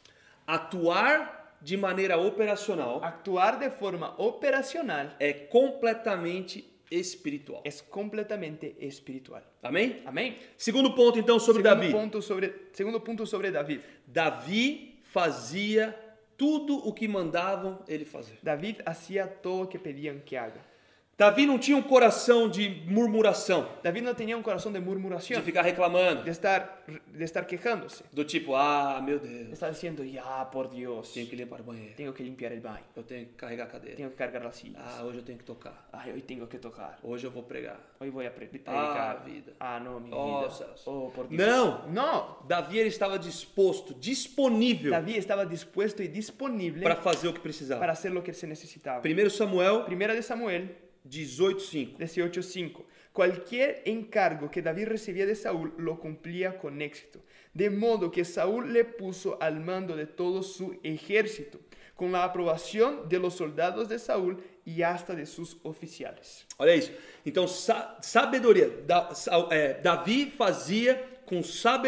[SPEAKER 1] Atuar de maneira operacional
[SPEAKER 2] Actuar de forma operacional
[SPEAKER 1] é completamente espiritual.
[SPEAKER 2] es completamente espiritual.
[SPEAKER 1] Amém?
[SPEAKER 2] Amén.
[SPEAKER 1] Segundo ponto então sobre
[SPEAKER 2] segundo,
[SPEAKER 1] Davi.
[SPEAKER 2] Punto sobre, segundo punto sobre David.
[SPEAKER 1] Davi fazia tudo o que mandavam ele fazer.
[SPEAKER 2] David hacía todo lo que pedían que haga.
[SPEAKER 1] Davi não tinha um coração de murmuração,
[SPEAKER 2] David no tenía un corazón de
[SPEAKER 1] de
[SPEAKER 2] murmuración,
[SPEAKER 1] ficar reclamando,
[SPEAKER 2] de estar, de estar quejándose.
[SPEAKER 1] do tipo, ah, meu Deus,
[SPEAKER 2] Está diciendo, ya, por Dios,
[SPEAKER 1] tenho que limpar o banheiro,
[SPEAKER 2] tengo que limpiar el baño,
[SPEAKER 1] eu tenho que carregar a cadeira,
[SPEAKER 2] tengo que cargar las sillas,
[SPEAKER 1] ah, hoje eu tenho que tocar,
[SPEAKER 2] ay, hoy tengo que tocar,
[SPEAKER 1] hoje eu vou pregar.
[SPEAKER 2] hoy voy a
[SPEAKER 1] Ah,
[SPEAKER 2] pre- predicar.
[SPEAKER 1] vida.
[SPEAKER 2] Ah, no, mi
[SPEAKER 1] Oh,
[SPEAKER 2] vida.
[SPEAKER 1] Celso.
[SPEAKER 2] Oh, por Dios.
[SPEAKER 1] Não,
[SPEAKER 2] No,
[SPEAKER 1] Davi ele estava disposto, disponível
[SPEAKER 2] David estaba dispuesto y disponible
[SPEAKER 1] para fazer o que precisava.
[SPEAKER 2] para hacer lo que se necesitaba.
[SPEAKER 1] 1 Samuel
[SPEAKER 2] Primera de Samuel
[SPEAKER 1] 18:5.
[SPEAKER 2] 18:5. Cualquier encargo que David recibía de Saúl lo cumplía con éxito, de modo que Saúl le puso al mando de todo su ejército, con la aprobación de los soldados de Saúl y hasta de sus oficiales.
[SPEAKER 1] Olha isso. Então, sa- sabedoria. Da- sa- é, Davi fazia com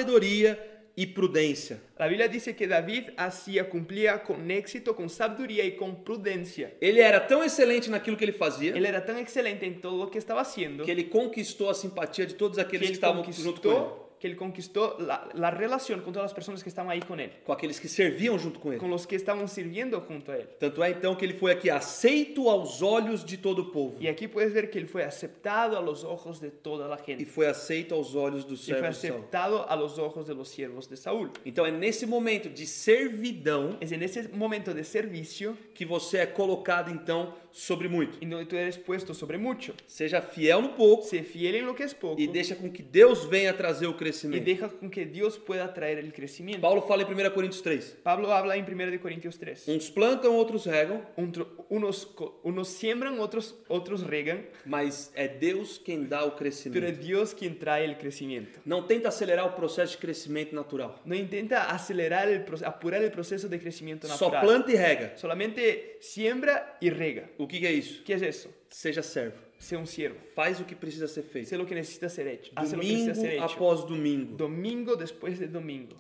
[SPEAKER 1] sabedoria e prudência.
[SPEAKER 2] La Biblia dice que David hacía, cumplía con éxito, con sabiduría y con prudencia.
[SPEAKER 1] Ele era tão excelente naquilo que ele fazia
[SPEAKER 2] Él era tan excelente en todo lo que estaba haciendo
[SPEAKER 1] que ele conquistou a simpatia de todos
[SPEAKER 2] que
[SPEAKER 1] aqueles que
[SPEAKER 2] él
[SPEAKER 1] estavam junto com ele,
[SPEAKER 2] conquistó, que él conquistó la, la relación con todas las personas que estaban ahí con él,
[SPEAKER 1] com aqueles que serviam junto com ele.
[SPEAKER 2] con los que estaban sirviendo junto a él.
[SPEAKER 1] Tanto é então que ele foi aqui aceito aos olhos de todo o povo
[SPEAKER 2] Y aquí puedes ver que él fue aceptado a los ojos de toda la
[SPEAKER 1] e
[SPEAKER 2] gente.
[SPEAKER 1] foi aceito aos olhos dos
[SPEAKER 2] Y fue
[SPEAKER 1] servos de Saul.
[SPEAKER 2] aceptado a los ojos de los siervos de Saúl.
[SPEAKER 1] Então é nesse momento de servidão
[SPEAKER 2] Es en ese momento de servicio
[SPEAKER 1] que você é colocado então sobre muito.
[SPEAKER 2] en donde tú eres puesto sobre mucho.
[SPEAKER 1] Seja fiel no pouco
[SPEAKER 2] Sé fiel en lo que es poco
[SPEAKER 1] e deixa com que Deus venha trazer o
[SPEAKER 2] y
[SPEAKER 1] crescimento.
[SPEAKER 2] deja con que Dios pueda traer el crescimiento.
[SPEAKER 1] Paulo fala em 1 Coríntios 3.
[SPEAKER 2] Pablo habla en 1 de Corintios 3.
[SPEAKER 1] Uns plantam, outros regam,
[SPEAKER 2] Un tro- unos, co- unos siembran, otros, otros regan,
[SPEAKER 1] mas é Deus quem dá o
[SPEAKER 2] pero es
[SPEAKER 1] crescimento.
[SPEAKER 2] Dios quien trae el crecimiento.
[SPEAKER 1] Não tenta acelerar o processo de crescimento natural.
[SPEAKER 2] No intenta acelerar, el proce- apurar el proceso de crecimiento
[SPEAKER 1] Só
[SPEAKER 2] natural.
[SPEAKER 1] planta e rega.
[SPEAKER 2] Solamente siembra y rega.
[SPEAKER 1] O que que é isso?
[SPEAKER 2] ¿Qué es eso?
[SPEAKER 1] Seja servo.
[SPEAKER 2] Sé un siervo.
[SPEAKER 1] Faz o que precisa ser feito.
[SPEAKER 2] Sé lo que necesita ser hecho. Haz lo que necesita
[SPEAKER 1] Domingo
[SPEAKER 2] ser hecho.
[SPEAKER 1] após domingo.
[SPEAKER 2] Domingo después de domingo.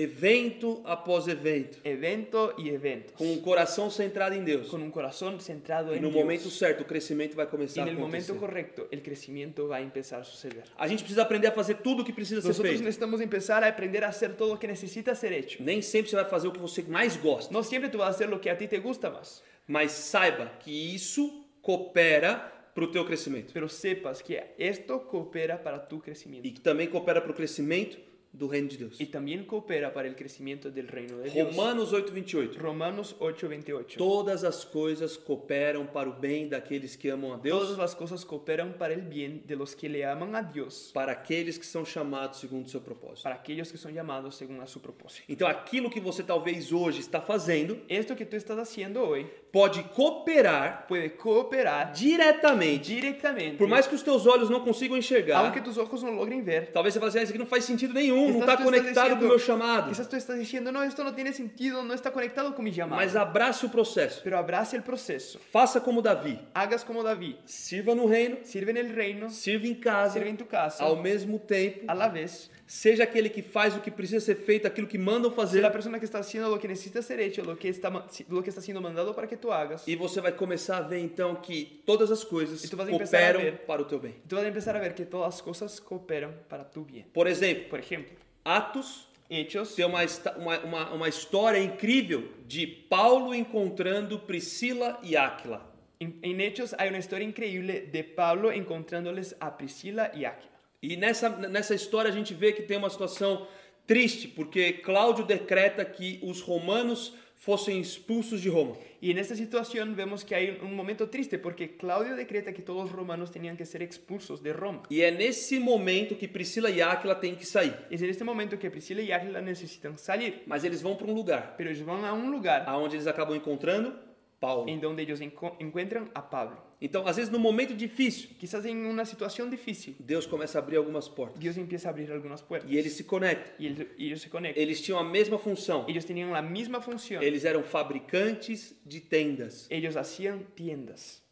[SPEAKER 1] Evento após evento.
[SPEAKER 2] Evento y eventos.
[SPEAKER 1] Com o coração centrado em Deus.
[SPEAKER 2] Con un corazón centrado
[SPEAKER 1] E
[SPEAKER 2] en
[SPEAKER 1] no
[SPEAKER 2] Dios.
[SPEAKER 1] momento certo, o crescimento vai
[SPEAKER 2] Y
[SPEAKER 1] começar
[SPEAKER 2] en
[SPEAKER 1] a
[SPEAKER 2] el momento
[SPEAKER 1] acontecer.
[SPEAKER 2] correcto, el crecimiento va a empezar a suceder.
[SPEAKER 1] A gente precisa aprender a fazer tudo o que precisa ser
[SPEAKER 2] Nosotros
[SPEAKER 1] feito.
[SPEAKER 2] necesitamos empezar a aprender a hacer todo lo que necesita ser hecho.
[SPEAKER 1] Nem sempre você vai fazer o que você mais gosta.
[SPEAKER 2] No siempre tú vas a hacer lo que a ti te gusta más,
[SPEAKER 1] Mas saiba que isso coopera para o teu crescimento.
[SPEAKER 2] pero sepas que esto coopera para tu
[SPEAKER 1] E
[SPEAKER 2] crecimiento
[SPEAKER 1] também coopera para o crecimento do reino de Deus.
[SPEAKER 2] y también coopera para el crecimiento del reino de Dios.
[SPEAKER 1] Romanos 8, 28.
[SPEAKER 2] Romanos 8:28.
[SPEAKER 1] Todas as coisas cooperam para o bem daqueles que amam a
[SPEAKER 2] Todas
[SPEAKER 1] Deus,
[SPEAKER 2] las cosas cooperan para el bien de los que le aman a Dios.
[SPEAKER 1] para aqueles que são chamados segundo o seu propósito.
[SPEAKER 2] para aquellos que son llamados según a su propósito.
[SPEAKER 1] Então, aquilo que você talvez hoje está fazendo
[SPEAKER 2] Esto que tú estás haciendo hoy
[SPEAKER 1] pode cooperar
[SPEAKER 2] puede cooperar
[SPEAKER 1] diretamente.
[SPEAKER 2] directamente,
[SPEAKER 1] Por mais que os teus olhos não consigam enxergar,
[SPEAKER 2] aunque tus ojos no logren ver.
[SPEAKER 1] talvez você fale assim: ah, isso aqui não faz sentido nenhum, não
[SPEAKER 2] Quizás
[SPEAKER 1] está
[SPEAKER 2] tú estás
[SPEAKER 1] conectado com o
[SPEAKER 2] diciendo-
[SPEAKER 1] meu chamado.
[SPEAKER 2] Quizás tú estás diciendo, no, esto no tiene sentido, no está conectado con mi llamado.
[SPEAKER 1] Mas abrace o processo.
[SPEAKER 2] Pero abrace el proceso.
[SPEAKER 1] Faça como Davi.
[SPEAKER 2] Hagas como David.
[SPEAKER 1] Sirva no reino,
[SPEAKER 2] Sirve en el reino,
[SPEAKER 1] sirva em casa,
[SPEAKER 2] sirve en tu casa,
[SPEAKER 1] ao mesmo tempo.
[SPEAKER 2] a la vez.
[SPEAKER 1] Seja aquele que faz o que precisa ser feito, aquilo que mandam
[SPEAKER 2] Ser
[SPEAKER 1] fazer,
[SPEAKER 2] la persona que está haciendo lo que necesita ser hecho, lo que está, ma- lo que está siendo mandado para que tú hagas.
[SPEAKER 1] e você vai começar a ver então que todas as coisas
[SPEAKER 2] E tu vai começar a
[SPEAKER 1] cooperam
[SPEAKER 2] ver.
[SPEAKER 1] para o teu bem.
[SPEAKER 2] Tú vas a empezar a ver que todas las cosas cooperan para tu bien.
[SPEAKER 1] Por exemplo,
[SPEAKER 2] Por ejemplo,
[SPEAKER 1] Atos
[SPEAKER 2] Hechos
[SPEAKER 1] tem uma, esta- uma, uma, uma história incrível de Paulo encontrando Priscila e Áquila.
[SPEAKER 2] En, en Hechos hay una historia increíble de Pablo encontrándoles a Priscila y Aquila.
[SPEAKER 1] E nessa, nessa história a gente vê que tem uma situação triste, porque Cláudio decreta que os romanos fossem expulsos de Roma.
[SPEAKER 2] Y en esta situación vemos que hay un- un momento triste porque Claudio decreta que todos los romanos tenían que ser expulsos de Roma.
[SPEAKER 1] E é nesse momento que Priscila e Áquila têm que sair.
[SPEAKER 2] Es en este momento que Priscila y Aquila necesitan salir,
[SPEAKER 1] Mas eles vão para um lugar,
[SPEAKER 2] pero ellos van a un lugar
[SPEAKER 1] aonde eles acabam encontrando Paulo.
[SPEAKER 2] en donde ellos enco- encuentran a Pablo.
[SPEAKER 1] Então, às vezes, no momento difícil,
[SPEAKER 2] Quizás en una situación difícil,
[SPEAKER 1] Deus começa a abrir algumas portas.
[SPEAKER 2] Dios empieza a abrir algunas puertas
[SPEAKER 1] E eles se conectam.
[SPEAKER 2] y el- y ellos se conectan.
[SPEAKER 1] Eles tinham a mesma função.
[SPEAKER 2] Ellos tenían la misma función,
[SPEAKER 1] Eles eram fabricantes de tendas.
[SPEAKER 2] ellos hacían tiendas.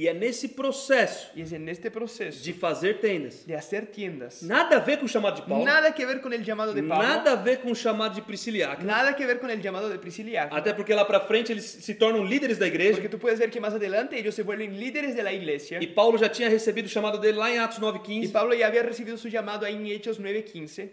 [SPEAKER 1] E é nesse processo
[SPEAKER 2] Y es en este proceso
[SPEAKER 1] de fazer tendas.
[SPEAKER 2] de hacer tiendas
[SPEAKER 1] Nada a ver com o chamado de Paulo.
[SPEAKER 2] Nada que ver con el llamado de Pablo. Nada,
[SPEAKER 1] Nada a ver com o chamado de Priscila e Áquila.
[SPEAKER 2] que ver con el llamado de Priscila y Aquila.
[SPEAKER 1] Até porque lá pra frente eles se tornam líderes da igreja.
[SPEAKER 2] Porque tú puedes ver que más adelante ellos se vuelven líderes de la iglesia.
[SPEAKER 1] E
[SPEAKER 2] Y,
[SPEAKER 1] Paulo já tinha recebido o chamado dele lá em Atos 9,15.
[SPEAKER 2] Pablo ya había recibido su llamado ahí en Hechos 9:15.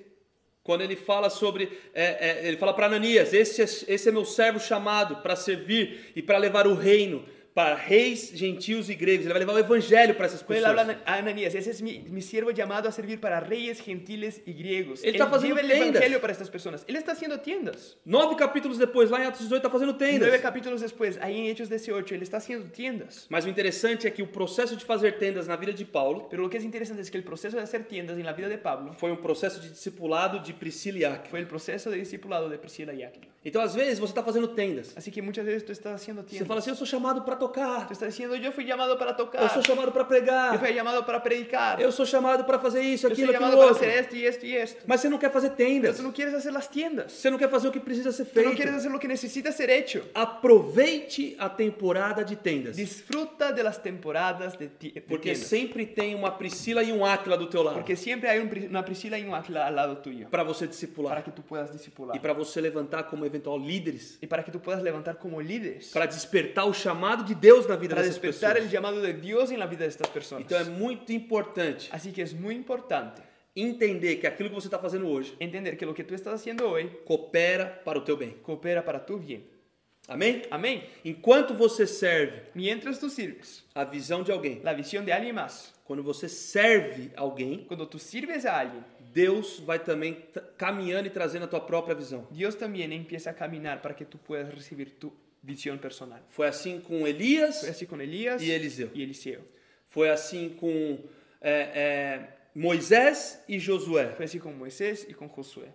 [SPEAKER 1] Quando ele fala sobre, é, é, ele fala para Ananias, esse é, esse é meu servo chamado para servir e para levar o reino, para reis, gentios e gregos. Ele vai levar o evangelho para essas
[SPEAKER 2] Pero él
[SPEAKER 1] pessoas.
[SPEAKER 2] habla a Ananías, ese es mi, mi siervo llamado a servir para reyes, gentiles y griegos.
[SPEAKER 1] Él está haciendo
[SPEAKER 2] lleva el
[SPEAKER 1] tiendas.
[SPEAKER 2] evangelio para estas personas. Él está haciendo tiendas.
[SPEAKER 1] Nove capítulos depois, lá em Atos 18, está fazendo tendas.
[SPEAKER 2] Nueve capítulos después, ahí en Hechos 18, él está haciendo tiendas.
[SPEAKER 1] Mas o interessante é que o processo de fazer tendas na vida de Paulo
[SPEAKER 2] Pero lo que es interesante es que el proceso de hacer tiendas en la vida de Pablo
[SPEAKER 1] foi um processo de discipulado de Priscila e Aquila.
[SPEAKER 2] fue el proceso de discipulado de Priscila y Aquila.
[SPEAKER 1] Então, às vezes, você está fazendo tendas.
[SPEAKER 2] Así que muchas veces tú estás haciendo
[SPEAKER 1] Você
[SPEAKER 2] tiendas.
[SPEAKER 1] fala assim: eu sou chamado para tocar,
[SPEAKER 2] Tú estás diciendo, yo fui llamado para tocar,
[SPEAKER 1] eu sou chamado para pregar,
[SPEAKER 2] yo fui llamado para predicar,
[SPEAKER 1] eu sou chamado para fazer isso,
[SPEAKER 2] yo soy
[SPEAKER 1] aquilo,
[SPEAKER 2] llamado
[SPEAKER 1] aquilo
[SPEAKER 2] para
[SPEAKER 1] outro.
[SPEAKER 2] hacer esto y esto y esto.
[SPEAKER 1] Mas você não quer fazer
[SPEAKER 2] Pero
[SPEAKER 1] tendas.
[SPEAKER 2] tú no quieres hacer las tiendas.
[SPEAKER 1] Você não quer fazer o que precisa ser
[SPEAKER 2] Tú no quieres
[SPEAKER 1] feito.
[SPEAKER 2] hacer lo que necesita ser hecho.
[SPEAKER 1] Aproveite a temporada de tendas.
[SPEAKER 2] Disfruta de las temporadas de, ti- de
[SPEAKER 1] Porque
[SPEAKER 2] tiendas.
[SPEAKER 1] sempre tem uma Priscila e um Áquila do teu lado
[SPEAKER 2] Porque siempre hay un Pri- una Priscila y un Aquila al lado tuyo
[SPEAKER 1] para você
[SPEAKER 2] para
[SPEAKER 1] discipular
[SPEAKER 2] que tú puedas
[SPEAKER 1] e
[SPEAKER 2] discipular
[SPEAKER 1] para você levantar como eventual líderes,
[SPEAKER 2] y para que tú puedas levantar como líderes
[SPEAKER 1] para despertar o chamado de Deus na vida
[SPEAKER 2] para
[SPEAKER 1] dessas
[SPEAKER 2] despertar el
[SPEAKER 1] pessoas.
[SPEAKER 2] llamado de Dios en la vida de estas personas.
[SPEAKER 1] Então é muito importante
[SPEAKER 2] Así que es muy importante
[SPEAKER 1] entender que aquilo que você está fazendo hoje
[SPEAKER 2] entender que lo que tú estás haciendo hoy
[SPEAKER 1] coopera para o teu bem.
[SPEAKER 2] coopera para tu bien.
[SPEAKER 1] Amém?
[SPEAKER 2] Amén.
[SPEAKER 1] Enquanto você serve
[SPEAKER 2] Mientras tú sirves,
[SPEAKER 1] a visão de alguém,
[SPEAKER 2] la visión de alguien más,
[SPEAKER 1] quando você serve alguém,
[SPEAKER 2] cuando tú sirves a alguien,
[SPEAKER 1] Deus vai também t- caminhando e trazendo a tua própria visão.
[SPEAKER 2] Dios también empieza a caminar para que tú puedas recibir tu visión personal.
[SPEAKER 1] Foi assim com
[SPEAKER 2] Fue
[SPEAKER 1] Elias,
[SPEAKER 2] así con Elías
[SPEAKER 1] Y Eliseo.
[SPEAKER 2] y Eliseo.
[SPEAKER 1] foi assim com é, é, Moisés e Josué.
[SPEAKER 2] Fue así con Moisés y con Josué.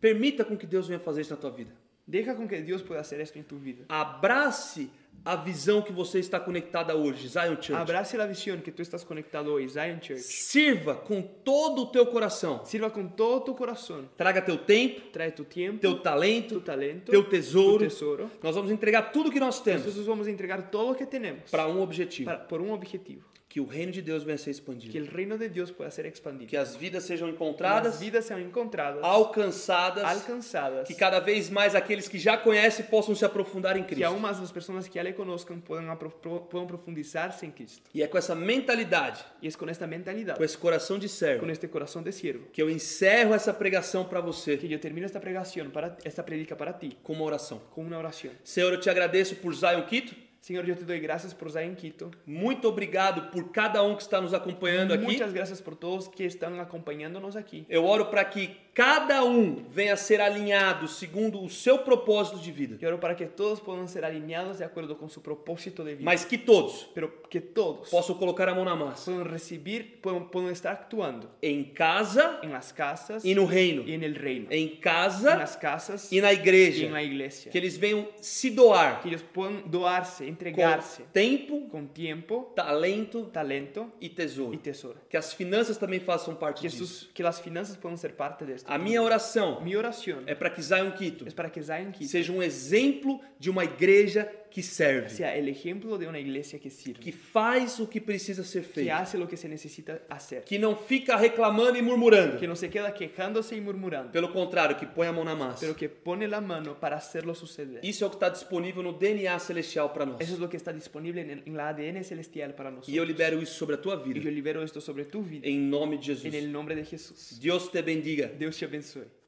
[SPEAKER 1] Permita com que Deus venha fazer isso na tua vida.
[SPEAKER 2] Deja con que Dios pueda hacer esto en tu vida.
[SPEAKER 1] Abrace a visão que você está conectada hoje, Zion Church.
[SPEAKER 2] Abrace la visión que tú estás conectado hoy, Zion Church.
[SPEAKER 1] Sirva com todo o teu coração.
[SPEAKER 2] Sirva con todo tu corazón.
[SPEAKER 1] Traga teu tempo,
[SPEAKER 2] Trae tu tiempo,
[SPEAKER 1] teu talento,
[SPEAKER 2] tu talento,
[SPEAKER 1] teu tesouro.
[SPEAKER 2] tu tesoro.
[SPEAKER 1] Nós vamos entregar tudo que nós temos
[SPEAKER 2] Nosotros vamos a entregar todo lo que tenemos
[SPEAKER 1] para um objetivo:
[SPEAKER 2] para- por un objetivo,
[SPEAKER 1] que o reino de Deus venha a ser
[SPEAKER 2] que
[SPEAKER 1] expandido,
[SPEAKER 2] el reino de Dios pueda ser expandido.
[SPEAKER 1] que as vidas sejam
[SPEAKER 2] Que las
[SPEAKER 1] encontradas,
[SPEAKER 2] vidas sean encontradas,
[SPEAKER 1] alcançadas,
[SPEAKER 2] alcanzadas,
[SPEAKER 1] que cada vez mais aqueles que já conhecem possam se aprofundar em
[SPEAKER 2] que aún
[SPEAKER 1] Cristo.
[SPEAKER 2] más las personas que ya le conozcan puedan, apro- pro- puedan profundizarse en Cristo.
[SPEAKER 1] E é com essa mentalidade,
[SPEAKER 2] Y es con esta mentalidad,
[SPEAKER 1] com esse coração de servo,
[SPEAKER 2] con este corazón de siervo,
[SPEAKER 1] que eu encerro essa pregação para você
[SPEAKER 2] que yo termino esta pregación, para, esta predica para ti,
[SPEAKER 1] com uma oração.
[SPEAKER 2] con una oración.
[SPEAKER 1] Senhor, eu te agradeço por Zion Quito.
[SPEAKER 2] Señor, yo te doy gracias por Zion Quito.
[SPEAKER 1] Muito obrigado por cada um que está nos acompanhando aqui.
[SPEAKER 2] Muchas gracias por todos que están acompañándonos aquí.
[SPEAKER 1] Eu oro para que cada um venha a ser alinhado segundo o seu propósito de vida.
[SPEAKER 2] Y oro para que todos puedan ser alineados de acuerdo con su propósito de vida.
[SPEAKER 1] mas que todos
[SPEAKER 2] pero que todos
[SPEAKER 1] possam colocar a mão na massa
[SPEAKER 2] puedan recibir, puedan, puedan estar actuando
[SPEAKER 1] em casa
[SPEAKER 2] en las casas
[SPEAKER 1] e no reino,
[SPEAKER 2] y en el reino.
[SPEAKER 1] em
[SPEAKER 2] en
[SPEAKER 1] casa
[SPEAKER 2] las casas
[SPEAKER 1] e na
[SPEAKER 2] y
[SPEAKER 1] igreja,
[SPEAKER 2] en la iglesia.
[SPEAKER 1] que eles venham se doar
[SPEAKER 2] que ellos puedan doarse, entregarse
[SPEAKER 1] com tempo,
[SPEAKER 2] con tiempo,
[SPEAKER 1] talento
[SPEAKER 2] talento
[SPEAKER 1] e
[SPEAKER 2] y
[SPEAKER 1] tesouro.
[SPEAKER 2] tesoro.
[SPEAKER 1] Que as finanças também façam parte
[SPEAKER 2] Que,
[SPEAKER 1] disso.
[SPEAKER 2] sus- que las finanzas puedan ser parte de esto.
[SPEAKER 1] A minha oração
[SPEAKER 2] Mi oración
[SPEAKER 1] é para que Zion Quito
[SPEAKER 2] es para que Zion Kids
[SPEAKER 1] seja um exemplo de uma igreja que serve,
[SPEAKER 2] sea el ejemplo de una iglesia que sirve,
[SPEAKER 1] que faz o que precisa ser
[SPEAKER 2] que
[SPEAKER 1] feito,
[SPEAKER 2] hace lo que se necesita hacer,
[SPEAKER 1] que não fica reclamando e murmurando.
[SPEAKER 2] que no se queda quejándose y murmurando,
[SPEAKER 1] Pelo contrário, que põe a mão na
[SPEAKER 2] pero
[SPEAKER 1] massa.
[SPEAKER 2] que pone la mano para hacerlo suceder.
[SPEAKER 1] Isso é o que É está disponível no DNA celestial para nós.
[SPEAKER 2] Eso es lo que está disponible en, el- en la ADN celestial para nosotros.
[SPEAKER 1] E eu libero isso sobre a tua
[SPEAKER 2] Y yo
[SPEAKER 1] vida,
[SPEAKER 2] libero esto sobre tu vida
[SPEAKER 1] em nome de
[SPEAKER 2] en
[SPEAKER 1] Jesus. é
[SPEAKER 2] el nombre de Jesús.
[SPEAKER 1] Deus te bendiga.
[SPEAKER 2] Dios te abençoe.